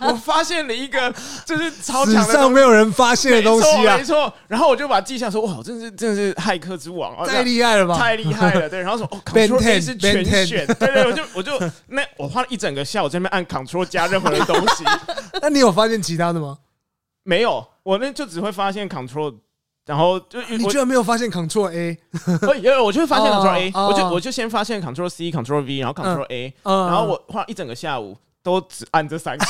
我发现了一个就是超
史
强的
上
东
没有人发现的东西啊
没错，没，错，然后我就把它记下来说，哇，真的是真的是骇客之王，啊
太厉害了吧？
太厉害了，对，然后说 哦
Ben
，Ctrl A
Ten，
是
Ben
全
Ten
选，对对，我就我就那我花了一整个下午在那边按 Ctrl 加任何的东西，
那你有发现其他的吗？
没有，我那就只会发现 Ctrl，然后就
你居然没有发现 Ctrl A，
我有有，我就会发现 Ctrl A，、
哦哦
我就我就先发现 Ctrl C、Ctrl V，然后 Ctrl A，、
嗯
然后我花一整个下午都只按 这三个，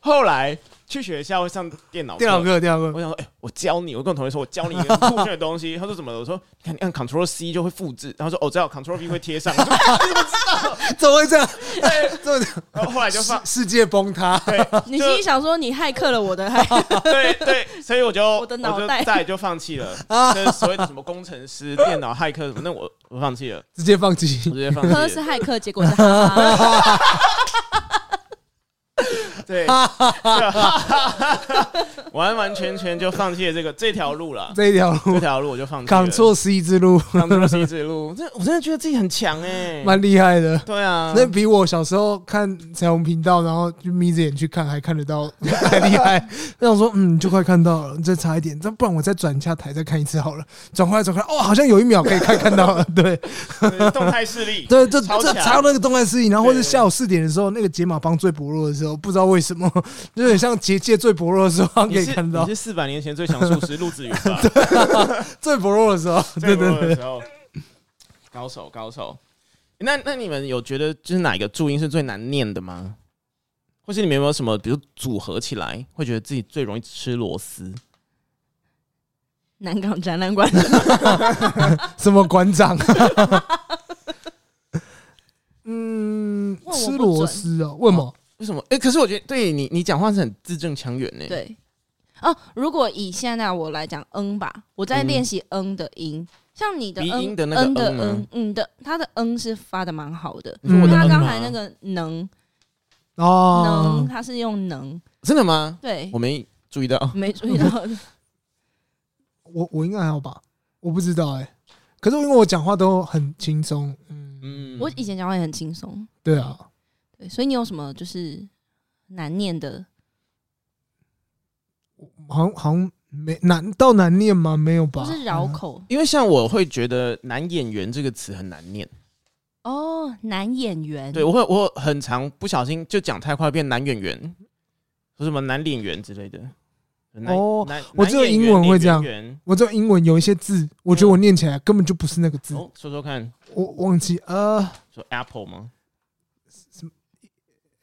后来去学校会上电脑
电脑
课。
课，电脑
我
课，
想说，哎、我教你，我跟我同学说，我教你一个很酷炫的 东西。他说怎么了？我说，你看你按 Ctrl C 就会复制。然后说，哦，知道 Ctrl V 会贴上。
怎么会这样？
对，
怎么会这样
然后后来就 放，
世世界崩塌？
你心里想说你骇客了 我的骇，
对对，所以我就
我的脑
就
袋
再也就放 弃了，
啊
就是所谓的什么工程师、电脑骇客什么，那我我放弃了，
直接放
我
弃
直接放
科
弃
啊
是
了。
骇客，结果是哈哈
对，就完完全全就放弃了这个这条路了，
这一条
这
路
条路我就放弃了。
，Ctrl C 之路，
Ctrl C 这路，这我真的觉得自己很强哎，
蛮厉害的。
对啊，
那比我小时候看彩虹频道，然后就眯着眼去看，还看得到， 还厉害。我想说，嗯，就快看到了，再差一点，那不然我再转一下台再看一次好了。转过来，转过来，哦，好像有一秒可以看看到 了。对
那动态视 力，
对，这
超
这
强
查到那个动态视力，然后或者
对
下午四点的时候，那个解码帮最薄弱的时候，不知道为什么，就有点像结界最薄弱的时候，好像
你
可以
是
看到
你是四百年前最强术师陆子 宇吧？
最薄弱的时候。
最
对
弱
对对
的时，候，高手高手。欸那那你们有觉得就是哪一个注音是最难念的吗？或是你们有没有什么，比如组合起来会觉得自己最容易吃螺丝？
南港展览馆，
什么馆 长？嗯，
问我
吃
不
螺
准
丝哦，为什么？
为什么？哎、可是我觉得对你你讲话是很字正腔圆呢、，
对。哦，如果以现在我来讲，嗯吧，我在练习嗯的音，像你的
鼻音
嗯
的那个
嗯的
嗯吗
嗯，嗯的，他的嗯是发的蛮好的。
你说我的
嗯
他
嗯
刚
吗
才那个能
哦
能，，他是用能，
真的吗？
对
我，没注意到。
没注意 到。
我我应该还好吧？我不知道哎、可是因为我讲话都很轻松，嗯，
嗯，
我以前讲话也很轻松，
对啊，
对，所以你有什么就是难念的？
好像好像没难到难念吗？没有吧？
不是绕口
因为像我会觉得“男演员”这个词很难念，
哦，男演员。
对我会我很常不小心就讲太快变男演员，说什么男演员之类的。难
哦
难
我
难
只有
演
英
员
文
演
会这样
员
我这英文有一些字，我觉得我念起来根本就不是那个字，
哦，说说看，
我忘记呃
说 Apple 吗？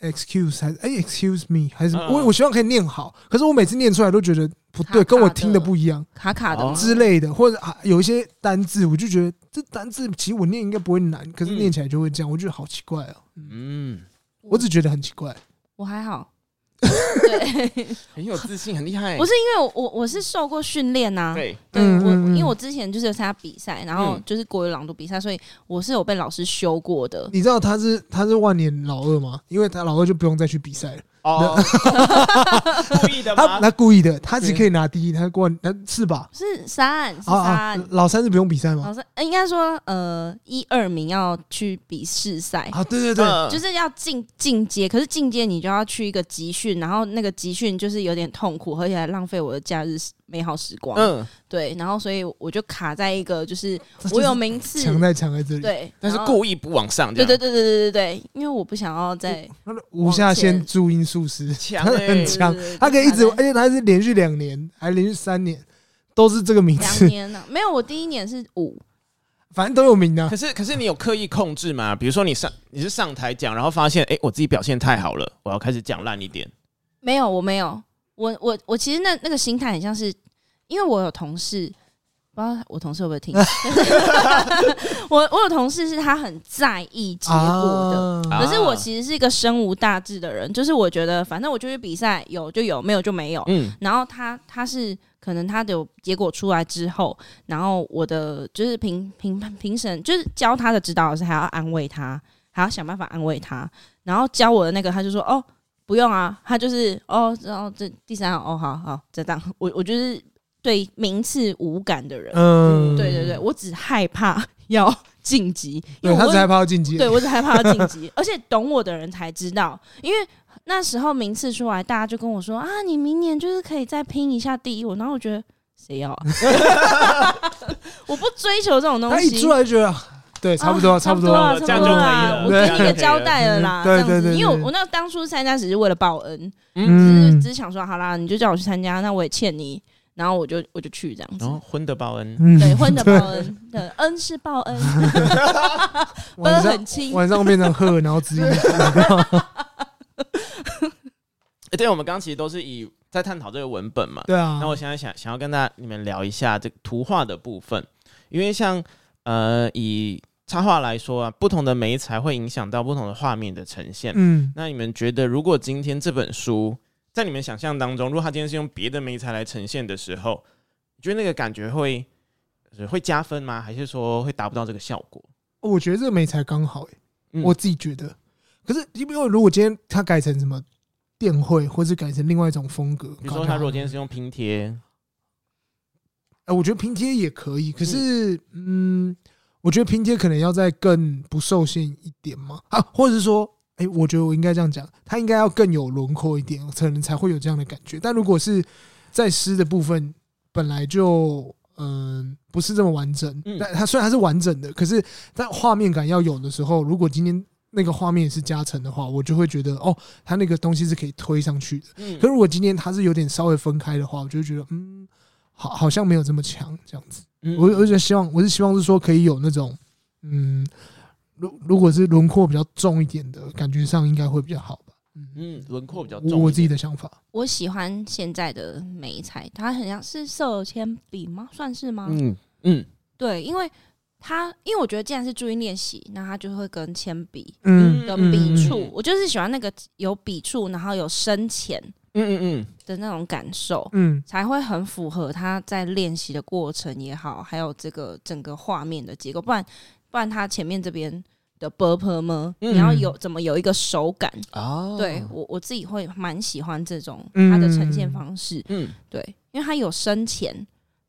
，excuse 还是哎 excuse me 还是什么
嗯
我我希望可以念好，可是我每次念出来都觉得不
卡
对，
卡
跟我听的
的
不一样
卡卡的
哦
吗
之类的，或者啊有一些单字，我就觉得这单字其实我念应该不会难，可是
嗯
念起来就会这样，我觉得好奇怪哦，
嗯，
我只觉得很奇怪。
我还好， 对，
很有自信，很厉害。
不是因为我我我是受过训练啊 呐，
对，
对
嗯
我
嗯嗯
因为我之前就是有参加比赛，然后
嗯
就是国语朗读比赛，所以我是有被老师修过的。
你知道他是他是万年老二吗？因为他老二就不用再去比赛了，
哦， 故意的
他
吗？
他故意的，他只可以拿第一，他冠他是吧？
是三，是
啊啊
三，，
老三是不用比赛吗
老？师呃应该说呃一二名要去比试赛，
啊，对对对，
嗯
就是要进进阶，可是进阶你就要去一个集训，然后那个集训就是有点痛苦，而且还浪费我的假日美好时光。
嗯，
对，然后所以我就卡在一个就是
这就是
我有名次，
强在强在这里。
对，
但是
然后
故意不往上，
哦对
这
对
样
对对对对对，因为我不想要再
他的无下限注音术师，
强
他
欸
很强
对对对，
他可以一直，
就
而
卡在
且他是连续两年，还连续三年都是这个名
两
字，
年了、没有，我第一年是五，
反正都有名的
可。是可是你有刻意控制吗？比如说你上你是上台讲，然后发现哎、诶我自己表现太好了，我要开始讲烂一点。
没有，我没有，我我我其实那那个心态很像是，因为我有同事，不知道我同事会不会听， 但是我我有同事是他很在意结果的。
啊
可是我
啊
其实是一个身无大志的人，就是我觉得反正我就去比赛，有就有，没有就没有。
嗯，
然后他他是可能他的结果出来之后，然后我的就是评评评审就是教他的指导老师还要安慰他，还要想办法安慰他，然后教我的那个他就说哦不用啊，他就是哦然后这第三行哦好好就这样，我我就是对名次无感的人，
嗯，
对对对，，我只害怕要 晋级，因
对
为
他
我
只害怕要晋级，
对，我只害怕要晋级，而且懂我的人才知道，因为那时候名次出来，大家就跟我说啊，你明年就是可以再拼一下第一我，然后我觉得谁要、啊？ 我不追求这种东
他一
西
出。来就觉得啊对，差不多
啊
啊，
差
差
不
不
多
多
啊
啊，
差
这
不
样
多
就
啊
可以了
我
对
给你一个交代了啦，
嗯对
这样子
对对对
因为我我那当初参加只是为了报恩，只是
嗯
只是想说，好啦，你就叫我去参加，那我也欠你，然后我就我就去这样子
然后，婚的报 恩，
嗯
对，混着报
对
恩，对，恩是报恩，
晚
恩
上
很轻，
晚上变成鹤，然后之一，
诶哎对我们刚刚其实都是以在探讨这个文本嘛。
对啊
那，我现在想想要跟大家你们聊一下这个图画的部分，因为像呃以插画来说啊，不同的媒材会影响到不同的画面的呈现。
嗯，
那你们觉得，如果今天这本书在你们想象当中，如果它今天是用别的媒材来呈现的时候，你觉得那个感觉会呃会加分吗？还是说会达不到这个效果？
哦我觉得这个美才刚好，欸
嗯
我自己觉得。可是因为如果今天他改成什么电绘，或是改成另外一种风格，
比如说，
搞
它
得
如果今天是用拼贴，
哎，我觉得拼贴也可以，可是嗯我觉得拼贴可能要再更不受限一点嘛，啊，或者是说，哎、我觉得我应该这样讲，它应该要更有轮廓一点，可能才会有这样的感觉。但如果是在诗的部分，本来就嗯不是这么完整，
嗯
但它虽然它是完整的，可是但画面感要有的时候，如果今天。那个画面也是加成的话，我就会觉得哦，它那个东西是可以推上去的。
嗯
可，如果今天它是有点稍微分开的话，我就会觉得嗯，好好像没有这么强这样子。
嗯
我我就希望我是希望是说可以有那种，嗯，如如果是轮廓比较重一点的，感觉上应该会比较好吧。嗯，
嗯轮廓比较重一
我
点，
我自己的想法，
我喜欢现在的美彩，它很像是色铅笔吗？算是吗？
嗯嗯
对，因为它，因为我觉得既然是注音练习，那它就会跟铅笔
嗯，
跟
嗯
笔触，
嗯
我就是喜欢那个有笔触，然后有深浅
嗯嗯
的那种感受，
嗯
才会很符合他在练习的过程也好，还有这个整个画面的结构，不然不然他前面这边的 burp 吗？
嗯
你要有怎么有一个手感？
嗯，哦
对我我自己会蛮喜欢这种
嗯
它的呈现方式，
嗯
对，因为它有深浅，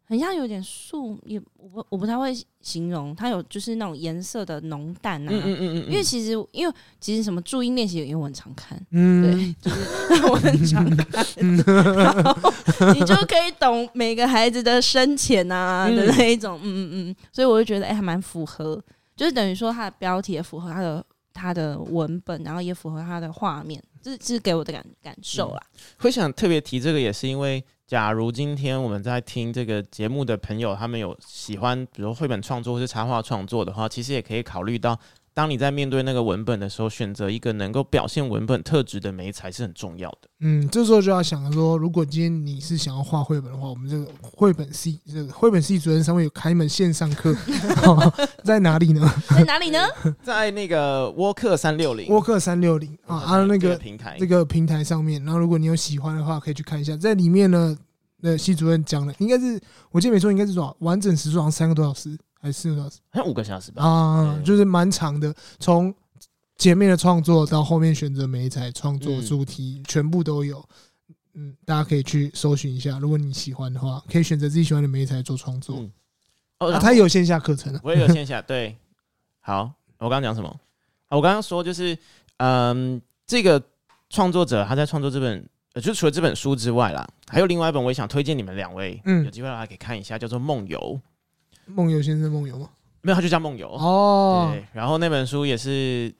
很像有点素，也我不我不太会形容，它有就是那种颜色的浓淡啊。
嗯嗯嗯嗯，
因为其实，因为其实什么注音练习，因为我很常看，
嗯，
对，就是 我很常看，
嗯
然后你就可以懂每个孩子的深浅啊
嗯
的那一种，嗯嗯嗯，所以我就觉得，哎、还蛮符合，就是等于说它的标题也符合它的它的文本，然后
嗯
也符合它的画面，这、这是给我的感感受啦。啊
会想特别提这个，也是因为假如今天我们在听这个节目的朋友，他们有喜欢，比如绘本创作或是插画创作的话，其实也可以考虑到，当你在面对那个文本的时候，选择一个能够表现文本特质的媒材是很重要的。
嗯，这时候就要想说，如果今天你是想要画绘本的话，我们这个绘本系这个绘本系主任上面有开门线上 课，哦在哪里呢？
在哪里呢？
在那个沃克三六零
沃克三六零啊，啊那个
平台
这，个平台上面。然后如果你有喜欢的话，可以去看一下，在里面呢，呃，系主任讲了，应该是我记得没错，应该是多少完整时数好像三个多小时还是四个多小时
好像五个小时吧。
啊，
对
就是蛮长的，从前面的创作到后面选择媒材、创作
嗯
主题，全部都有。嗯，大家可以去搜寻一下，如果你喜欢的话，可以选择自己喜欢的媒材做创作。
嗯哦，
啊，
然后
它也有线下课程啊。
我也有线下。对，好，我刚刚讲什么？啊，我刚刚说就是，嗯，这个创作者他在创作这本，呃，就除了这本书之外啦，还有另外一本我也想推荐你们两位，
嗯
有机会的话可以看一下，叫做《梦游》，
梦游先生，梦游吗？
没有，它就叫《梦游》。
哦，
对，然后那本书也是。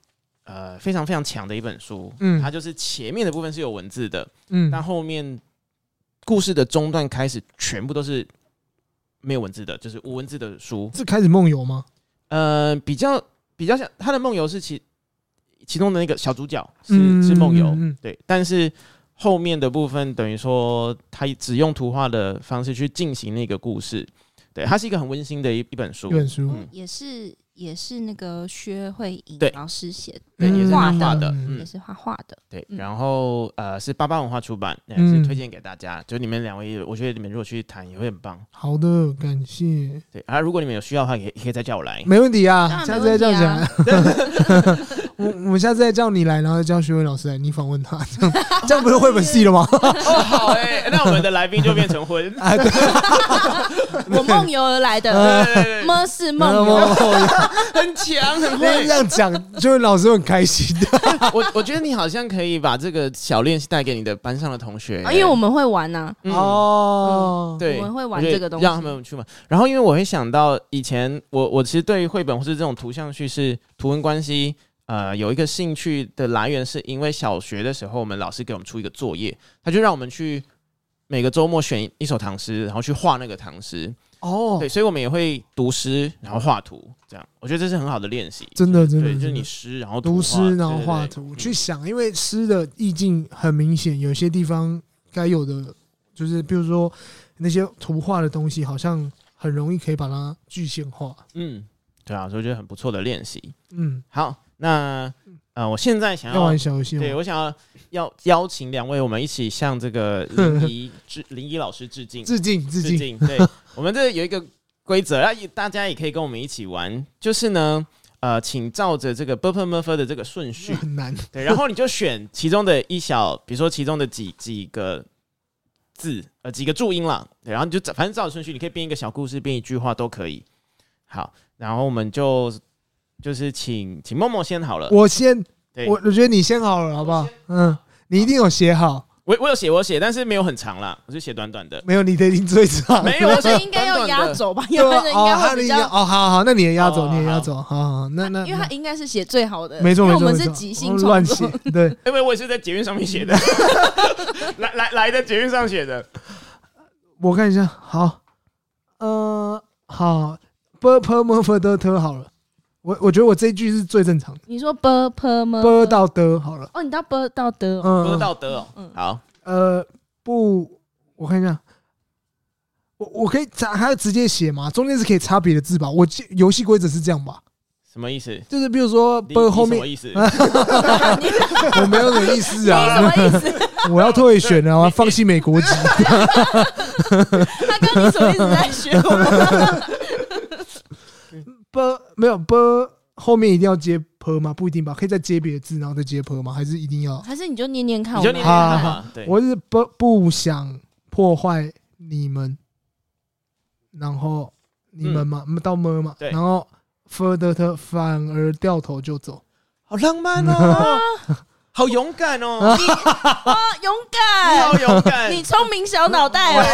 呃，非常非常强的一本书，
嗯
它就是前面的部分是有文字的，
嗯，
但后面故事的中段开始全部都是没有文字的，就是无文字的书。
是开始梦游吗？
呃，比较比较像他的梦游是其其中的那个小主角是、
嗯
是梦游，
嗯嗯
对，但是后面的部分等于说他只用图画的方式去进行那个故事，对，它是一个很温馨的一一本书
一，本书，
嗯
也是也是那个薛慧颖
对
老师写的，
对，也是他
嗯
画的，
嗯
也
嗯，
是画画的。
对，
嗯
然后呃是八八文化出版，也
嗯
是推荐给大家，就你们两位，我觉得你们如果去谈也会很棒，
好的，感谢，
对，啊，如果你们有需要的话，也也可以再叫我来，
没问题
当
啊，
然
下次再这样讲 啊。我我们下次再叫你来，然后再叫徐伟老师来，你访问他， 这样这样不是绘本系了吗？
哦，好哎、那我们的来宾就变 成婚，
啊，对，
我梦游而来的，
对对对
么是
没
梦
哎有没
游，
有没有
很强，很
那
会
这。样讲，就会老师很开心的。
我我觉得你好像可以把这个小练习带给你的班上的同学，
啊因为我们会玩呐，
嗯
哦，
对，
我们会玩
我觉得
这个东西
让他们去玩。然后因为我会想到以前我我其实对于绘本或是这种图像叙事、图文关系。呃，有一个兴趣的来源是因为小学的时候，我们老师给我们出一个作业，他就让我们去每个周末选一首唐诗，然后去画那个唐诗。
哦
对，，所以我们也会读诗，然后画图，这样我觉得这是很好的练习。
真的真的
对，就是
真的
你诗，然后图
读
画
诗然后
对对
画
对
图
嗯
去想，因为诗的意境很明显，有些地方该有的，就是比如说那些图画的东西，好像很容易可以把它具现化。
嗯，对啊，所以我觉得很不错的练习。
嗯，
好，那呃，我现在想
要
要
玩，小游戏吗？
对我想要要邀请两位，我们一起向 这个林怡致林怡老师致敬，
致敬致
致
敬，
敬。对 我们这有一个规则，啊，也大家也可以跟我们一起玩，就是呢。呃，请照着这个 b u r p e Murphy 的这个顺序，
很难。
对，然后你就选其中的一小，比如说其中的几几个字，呃，几个注音啦，对，然后你就反正照着顺序，你可以编一个小故事，编一句话都可以。好，然后我们就就是请请默默先好了，
我先，
对
我我觉得你先好了，好不好？嗯，你一定有写好，
我我有写我有写，但是没有很长啦，我就写短短的。
没有你的一定最长。
没有，
我
我
觉
写
得应该要压
短短的。
轴吧，
对
要不
吧
然应
哦，
该
他
会
的
比
压
较。
哦，好好，那你也压轴，
哦
你也压
好
轴，好好，那那
因为他应该是写最好的，
没错，
因为
没错，
我们
没
是
错
即
我
兴
们乱
创
写
作。，
对，
因为我也是在捷运上面写的， 来来来的捷运上写的，
我看一下，好，呃，好，b p m f 的 t 好了，我我觉得我这一句是最正常的
你说 b p m
，b 到的好了，
哦，你到 b 到 d 哦，
不是
嗯，
道德哦。
嗯，
好，
呃，不，我看一下，我我可以插，还要直接写吗？中间是可以插别的字吧？我记游戏规则是这样吧？
什么意思？
就是比如说
你
b 后
你什
面
么，意思？
你
我没有什么意思
什
啊
么，意思？
我要退选了，我要放弃美国籍，
他跟你什么意思在学我们？
b 没有 b 后面一定要接 p 吗？不一定吧，可以再接别的字，然后再接 p 吗？还是一定要？
还是你就念念看，
你
我
就
们
念念
好
看
看
嘛。对，
我是不不想破坏你们，然后你们嘛，到么嘛，
嗯对
然后 further 特反而掉头就走，
好浪漫 哦，好勇敢哦，你
啊勇
好
敢，
勇敢，
你聪明小脑袋哦。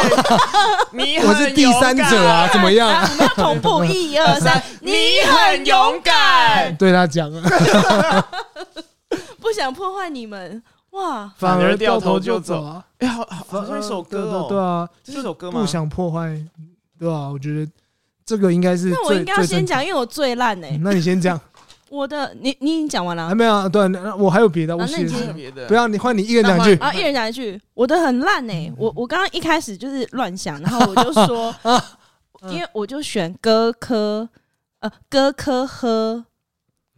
你
我是第三者啊，怎么
来
样？
我们要 同步一二三，你很勇敢，
对他讲啊，
不想破坏你们。哇，
反而掉
头
头就走
啊！
哎、好好
反
好像一首歌
对
哦，
对对啊，
这是一首歌吗？
不想破坏，对吧、我觉得这个应该是
那我
最
应该要
最
先
正
讲，因为我最烂哎、
嗯那你 先讲，
我的你你已经讲完了
还，没有啊？对，那那我还有别的，我
啊那你
写
先
特别的，
不要你换你一人两句
啊，一人讲一句，我的很烂哎、我我刚刚一开始就是乱想，然后我就 说，因为我就选歌科，呃，歌科喝，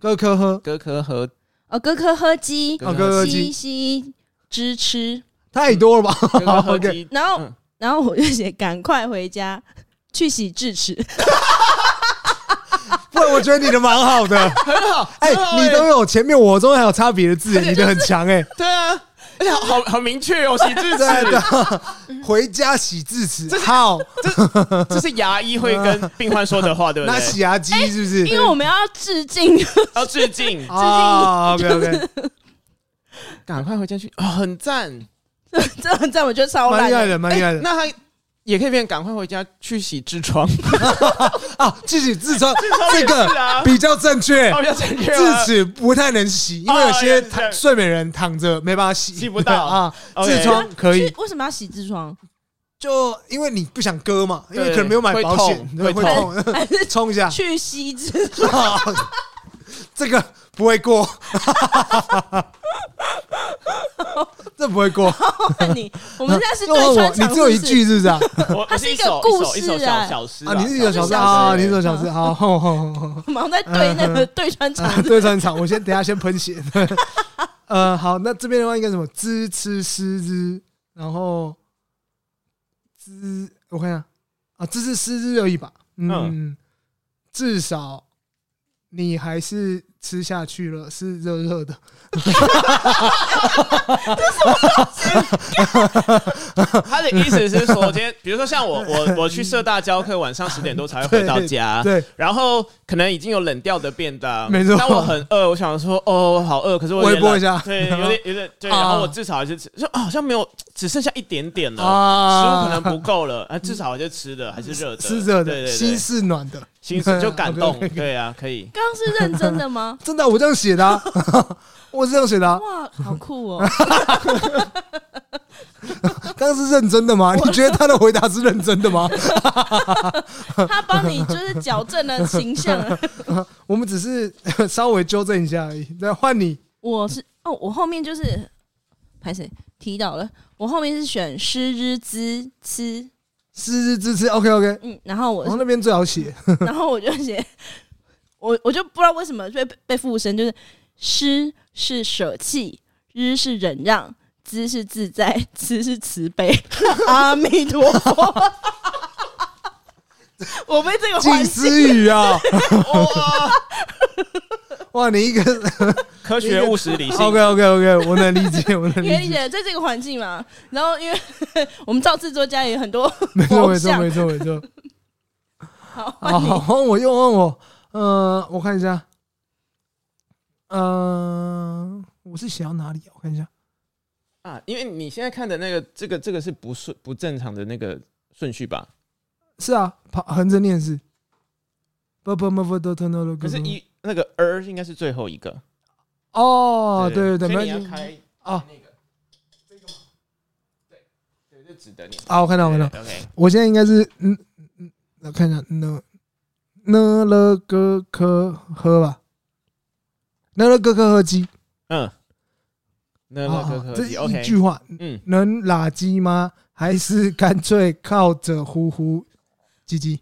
哥科喝，
哥科 和
呃，歌科喝鸡，
哥
啊哥科
西
鸡
西支吃，
太多 了吧？
哥科和
OK
鸡
然后、
嗯
然后我就写赶快回家去洗智齿，
不，我觉得你的蛮好的，很好。哎，你都有前面，我中间还有差别的字，你的很强哎。
对啊，而且好好好明确哦，喜智
对啊
齿，
的，
嗯
回家洗智齿， 好，
这是牙医会跟病患说的话，对不
拿
对？
洗牙机是不是？
哎因为我们要致敬，
要致敬，
啊，OK OK，
赶快回家去，哦，很赞。哎
这很赞，我觉得超
蛮
烂
厉害
的。
的，蛮厉害的。
那他也可以变，赶快回家去洗痔 疮，
啊，自己痔疮这
是
个
啊，
比较正确
哦，，比较正确
智
吗
齿不太能洗，因为有
哦
些
原来是这样
睡美人躺着没办法洗，
洗不到
啊。
OK
痔疮可以
去，为什么要洗 痔疮？
就因为你不想割嘛，因为
对
可能没有买
会
保险，
痛
对
会
会痛，
还是
冲一下。
去吸痔？
这个不会过， 这不会过。
你我们现在是
那
对
我
穿
你
场，
只有一句是不是啊？
我
它
我
是一
一
个
首
故
一首一
事
首
啊
小小诗
啊，你是一
小
个
小
小
事
事啊，
对
你是一个小事，好，吼吼吼吼。
我们好像在对那个对穿场
啊， 对穿场，我先等一下先喷血。 呃，好，那这边的话应该什么？知吃狮之，然后知，我看一下啊，知知狮之而已吧。嗯，至少你还是吃下去了，是热热的。
他的意思是 说，今天比如说像我，我我去社大教课，晚上十点多才会回到家，
对，
然后可能已经有冷掉的便当，
没错
但我很饿，我想说，哦，好饿，可是我
微
有点
波
懒
一下
对，有点有点对，
啊
然后我至少还是吃，就啊好像没有，只剩下一点点了。食物
啊
可能不够了，啊，至少还是吃的，还是热的，
是热
对
的，
对
心
对，
是暖的，
心思就感动
OK，OK，OK，
对啊，可以。
刚刚是认真
？
的吗
真的啊，我这样写的啊， 我是这样写的啊。
哇，好酷哦！
刚刚是认真的 吗？你觉得他的回答是认真的吗？
他帮你就是矫正了形 象。
我们只是 稍微纠正一下而已。那换你，
我是哦，我后面就是拍谁提到了，我后面是选诗之之之，
是是支持，OK OK。
嗯，然后我
然后那边最好 写，
然后我就写，我我就不知道为什么被被附身，就是诗是舍弃，日是忍让，知是自在，慈是慈悲。 阿弥陀佛，我被这个
近
环境，
思语啊！
哇，
哇，你一个
科学务实理性
OK，OK OK，我能理 解，我能
因为
理
你
解，
姐在这个环境嘛，然后因为 我们造制作家也有很多
没错
佛
没错
像
没错没 错。
好换
好，
你
好换我又换我，呃，我看一下，嗯，我是写到哪里啊？我看一下，
啊，因为你现在看的那个，这个这个是不顺不正常的那个顺序吧？
是啊，旁横着念是。不不不不，都都都
可是一，那个 er 应该是最后一个
哦，对对对，
所
没
以你要
有
开
啊
那个这个吗？对对，就指的你。
啊，我看到我看到，
OK，
我现在应该是嗯嗯嗯，来看一下呢呢了哥科喝吧，呢了哥科喝鸡，
嗯，那那
啊
个
这
可以
一
OK，
句话
嗯，
能拉鸡吗？还是干脆靠着呼呼鸡鸡，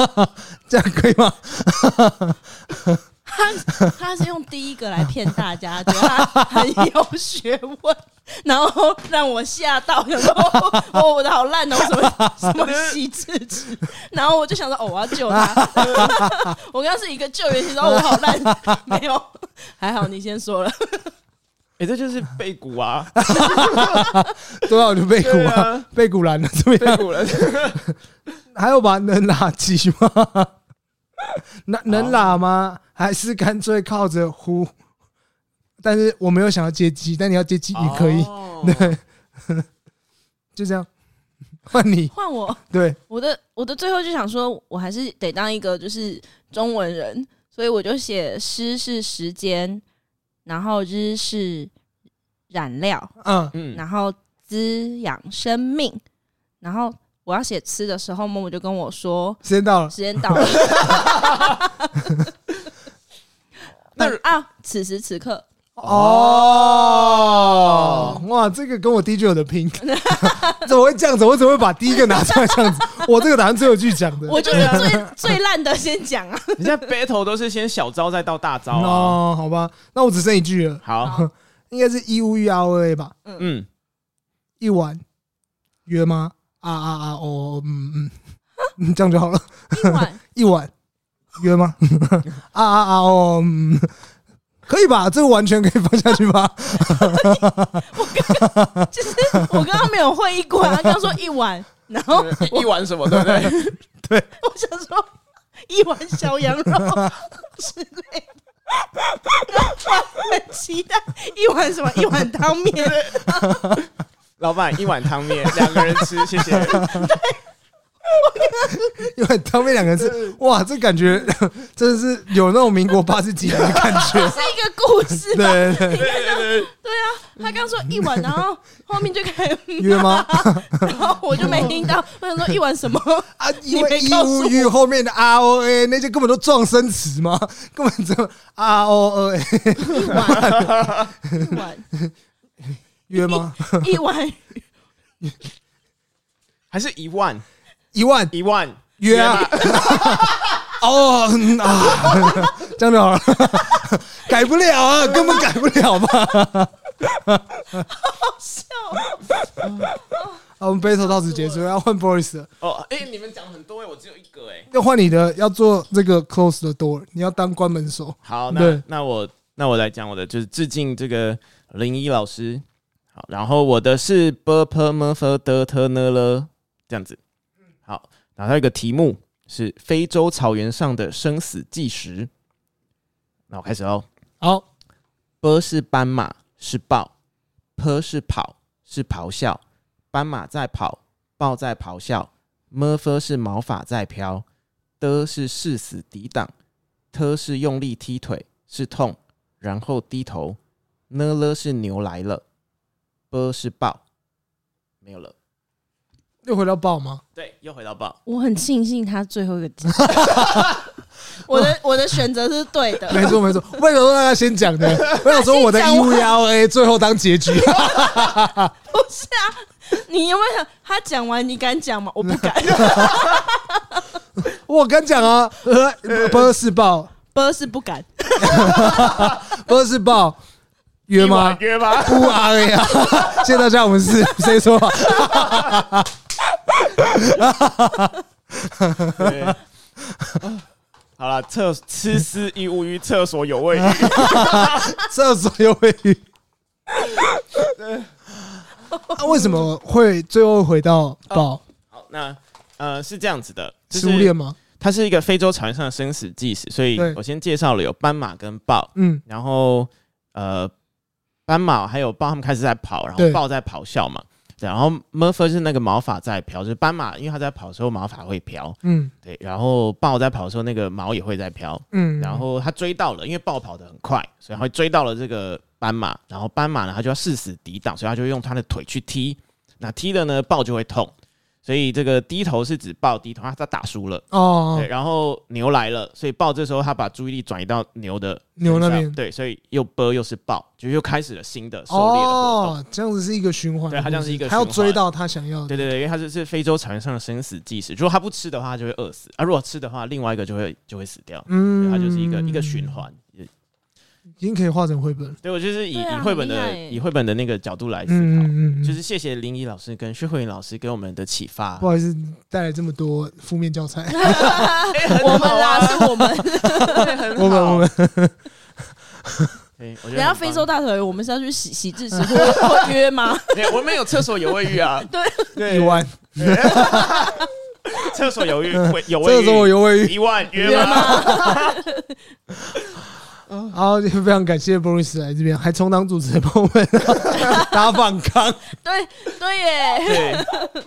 这样可以吗？
他他是用第一个来骗大家，觉得他很有学问，然后让我吓到，想说 哦哦，我的好烂哦，什么什么洗智齿，然后我就想说哦，我要救他，我刚刚是一个救援行动，我好烂，没有，还好你先说了，
哎，这就是背骨 啊，
多少就背骨
对
啊，
啊，
背骨栏了怎么
背
样？
骨 了。
还有吧，能拉鸡吗？ 能能拉吗？还是干脆靠着呼？但是我没有想要接鸡，但你要接鸡也
哦
可以。
以，
就这样， 换你
换我，
对
我的我的最后就想说，我还是得当一个就是中文人，所以我就写诗是时间，然后日是染料，
嗯，
嗯，
然后滋养生命。然后我要写吃的时候，默默就跟我说
时间到了，
时间到了。
那
本啊，此时此刻，
哦，哇，这个跟我第一句有的拼， 怎么会这样子？我怎么会把第一个拿出来这样子？ 我这个打算最后一句讲的。
我就是 最最烂的先讲啊。
人家 battle 都是先小招再到大招啊。
哦，好吧，那我只剩一句了，
好，
好
应该是一乌一 R O A 吧？
嗯，
一晚约吗？啊啊啊！哦，嗯嗯 嗯，这样就好了。一
一晚
晚约吗？ 啊啊啊！哦，嗯，可以吧？这个完全可以放下去吧？
就是我刚刚没有会一馆，他刚说一碗，然后
一一碗什么对不 对？
我想说一碗小羊肉之类的，我很期待一碗什么一碗汤面，
老板一碗汤面，两个人吃， 谢谢。
因为他们两个是哇，这感觉真的是有那种民国八十几年的感觉。
是一个故事吧？
对对对，
对啊，他刚说一碗，然后后面就开始，
约吗？
然后我就没听到，我想说一 碗什么？
啊，因
你
为
没
一
告诉
五
我
一后面的 R O A 那些根本都撞生词嘛，根本就 R O A
一碗，一碗，
约吗？
一碗，
还是一万
一万
一万
约啊
吧，
哦嗯啊，这样就好了，改不了啊，根本改不了吧？
笑
啊好，我们 battle 到此结束，要换 Boris 了，
哦，哎，你们讲很多哎，我只有一个哎。
要换你的，要做这个 close the door，你要当关门手。
好，
对
那那我那我来讲我的，就是致敬这个林一老师。好，然后我的是 b p m f d t n l 这样子。好，然后还有一个题目是非洲草原上的生死计时。那我开始喽。
好，
b 是斑马，是豹；p 是跑，是咆哮。斑马在跑，豹在咆哮。m f 是毛发在飘，d 是誓死抵挡，t 是用力踢腿，是痛，然后低头。n l 是牛来了，b 是豹，没有了。
又回到爆吗？
对，又回到豹。
我很庆幸他最后一个字， 我的我的选择是对的，
没错没错，为什么让他先讲呢？我想说我的
他先
E
讲
U
完
L A 最后当结局，
不是啊，你有没有想他讲完你敢讲吗？我不敢。
我跟你讲啊，呃，波士豹，
不是不敢，
波士豹约吗？
约吗？
不啊哎呀！谢谢大家，我们是谁说话？
好了，厕吃思亦无鱼，厕所有 味。
厕所有尾鱼。啊，为什么会最后回到豹？
好，那呃是这样子的，哦就是
食物链吗？
它是一个非洲草原上的生死纪实，所以
对
我先介绍了有斑马跟豹，
嗯，
然后呃，斑马还有豹，他们开始在跑，然后
对
豹在咆哮嘛，对然后 Murphy 是那个毛发在飘，就是斑马，因为它在跑的时候毛发会飘，
嗯
对，然后豹在跑的时候那个毛也会在飘，
嗯，
然后它追到了，因为豹跑得很快，所以它会追到了这个斑马，然后斑马呢，它就要誓死抵挡，所以它就会用它的腿去踢，那踢了呢，豹就会痛，所以这个低头是指豹低头，它它打输了。
哦
对，，然后牛来了，所以豹这时候他把注意力转移到牛的
牛那
身上
边
对，所以又波又是豹，就又开始了新的狩猎的活动。
哦，这样子是一个循环，
对它这样是一个
他要
循环
追到他想要的
对对对，因为它这是非洲草原上的生死计时，如果它不吃的话，它就会饿死；啊，如果吃的话，另外一个就会就会死掉。对
嗯，
它就是一个一个循，环。
已经可以画成绘本了。
对我就是以、
对啊
以绘本
很厉
的
害耶
以绘本的那个角度来思考，
嗯嗯嗯，
就是谢谢林怡老师跟薛慧云老师给我们的启发
不。好意思带来这么多负面教 材，
哎啊
我们 啦，是我们。
我们我们
哎对，我
等
觉得
一下
很棒
非洲，大腿，我们是要去洗洗制式或或约吗？
没有我们有厕所有卫浴啊，
一万，
厕所有浴
这
有卫
个时候我
浴
有位于
一万约吗？
然后就非常感谢 Boris 来这边，还充当主持人帮我们 打反抗。
对对耶，
对，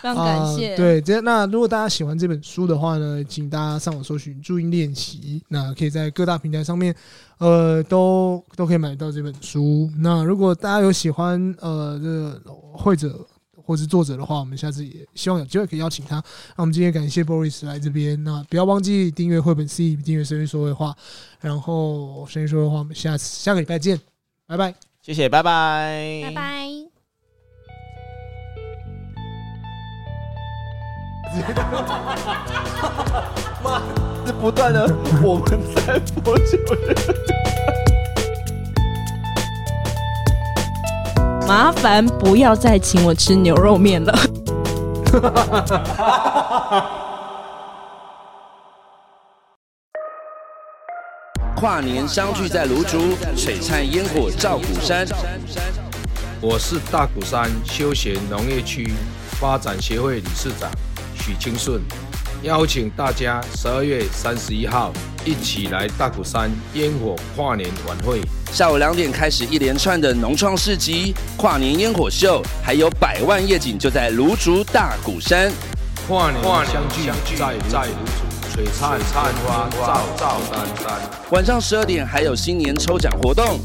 非常感谢。
啊对，这那如果大家喜欢这本书的话呢，请大家上网搜寻注音练习，那可以在各大平台上面，呃，都都可以买到这本书。那如果大家有喜欢呃这个会者或是作者的话，我们下次也希望有机会可以邀请他。那我们今天感谢 Boris 来这边，那不要忘记订阅绘本 C，订阅声音说会话，然后声音说会话，我们下次下个礼拜见，拜拜。
谢谢，拜拜，
拜拜。
是不断的我们在播酒。
麻烦不要再请我吃牛肉面了。
跨年相聚在芦竹，璀璨烟火照古山。
我是大鼓山休闲农业区发展协会理事长许清顺，邀请大家十二月三十一号一起来大鼓山烟火跨年晚会。
下午两点开始一连串的农创市集、跨年烟火秀，还有百万夜景，就在芦竹大鼓山。
跨年相聚在在如竹，璀璨璨花照照丹丹。
晚上十二点还有新年抽奖活动，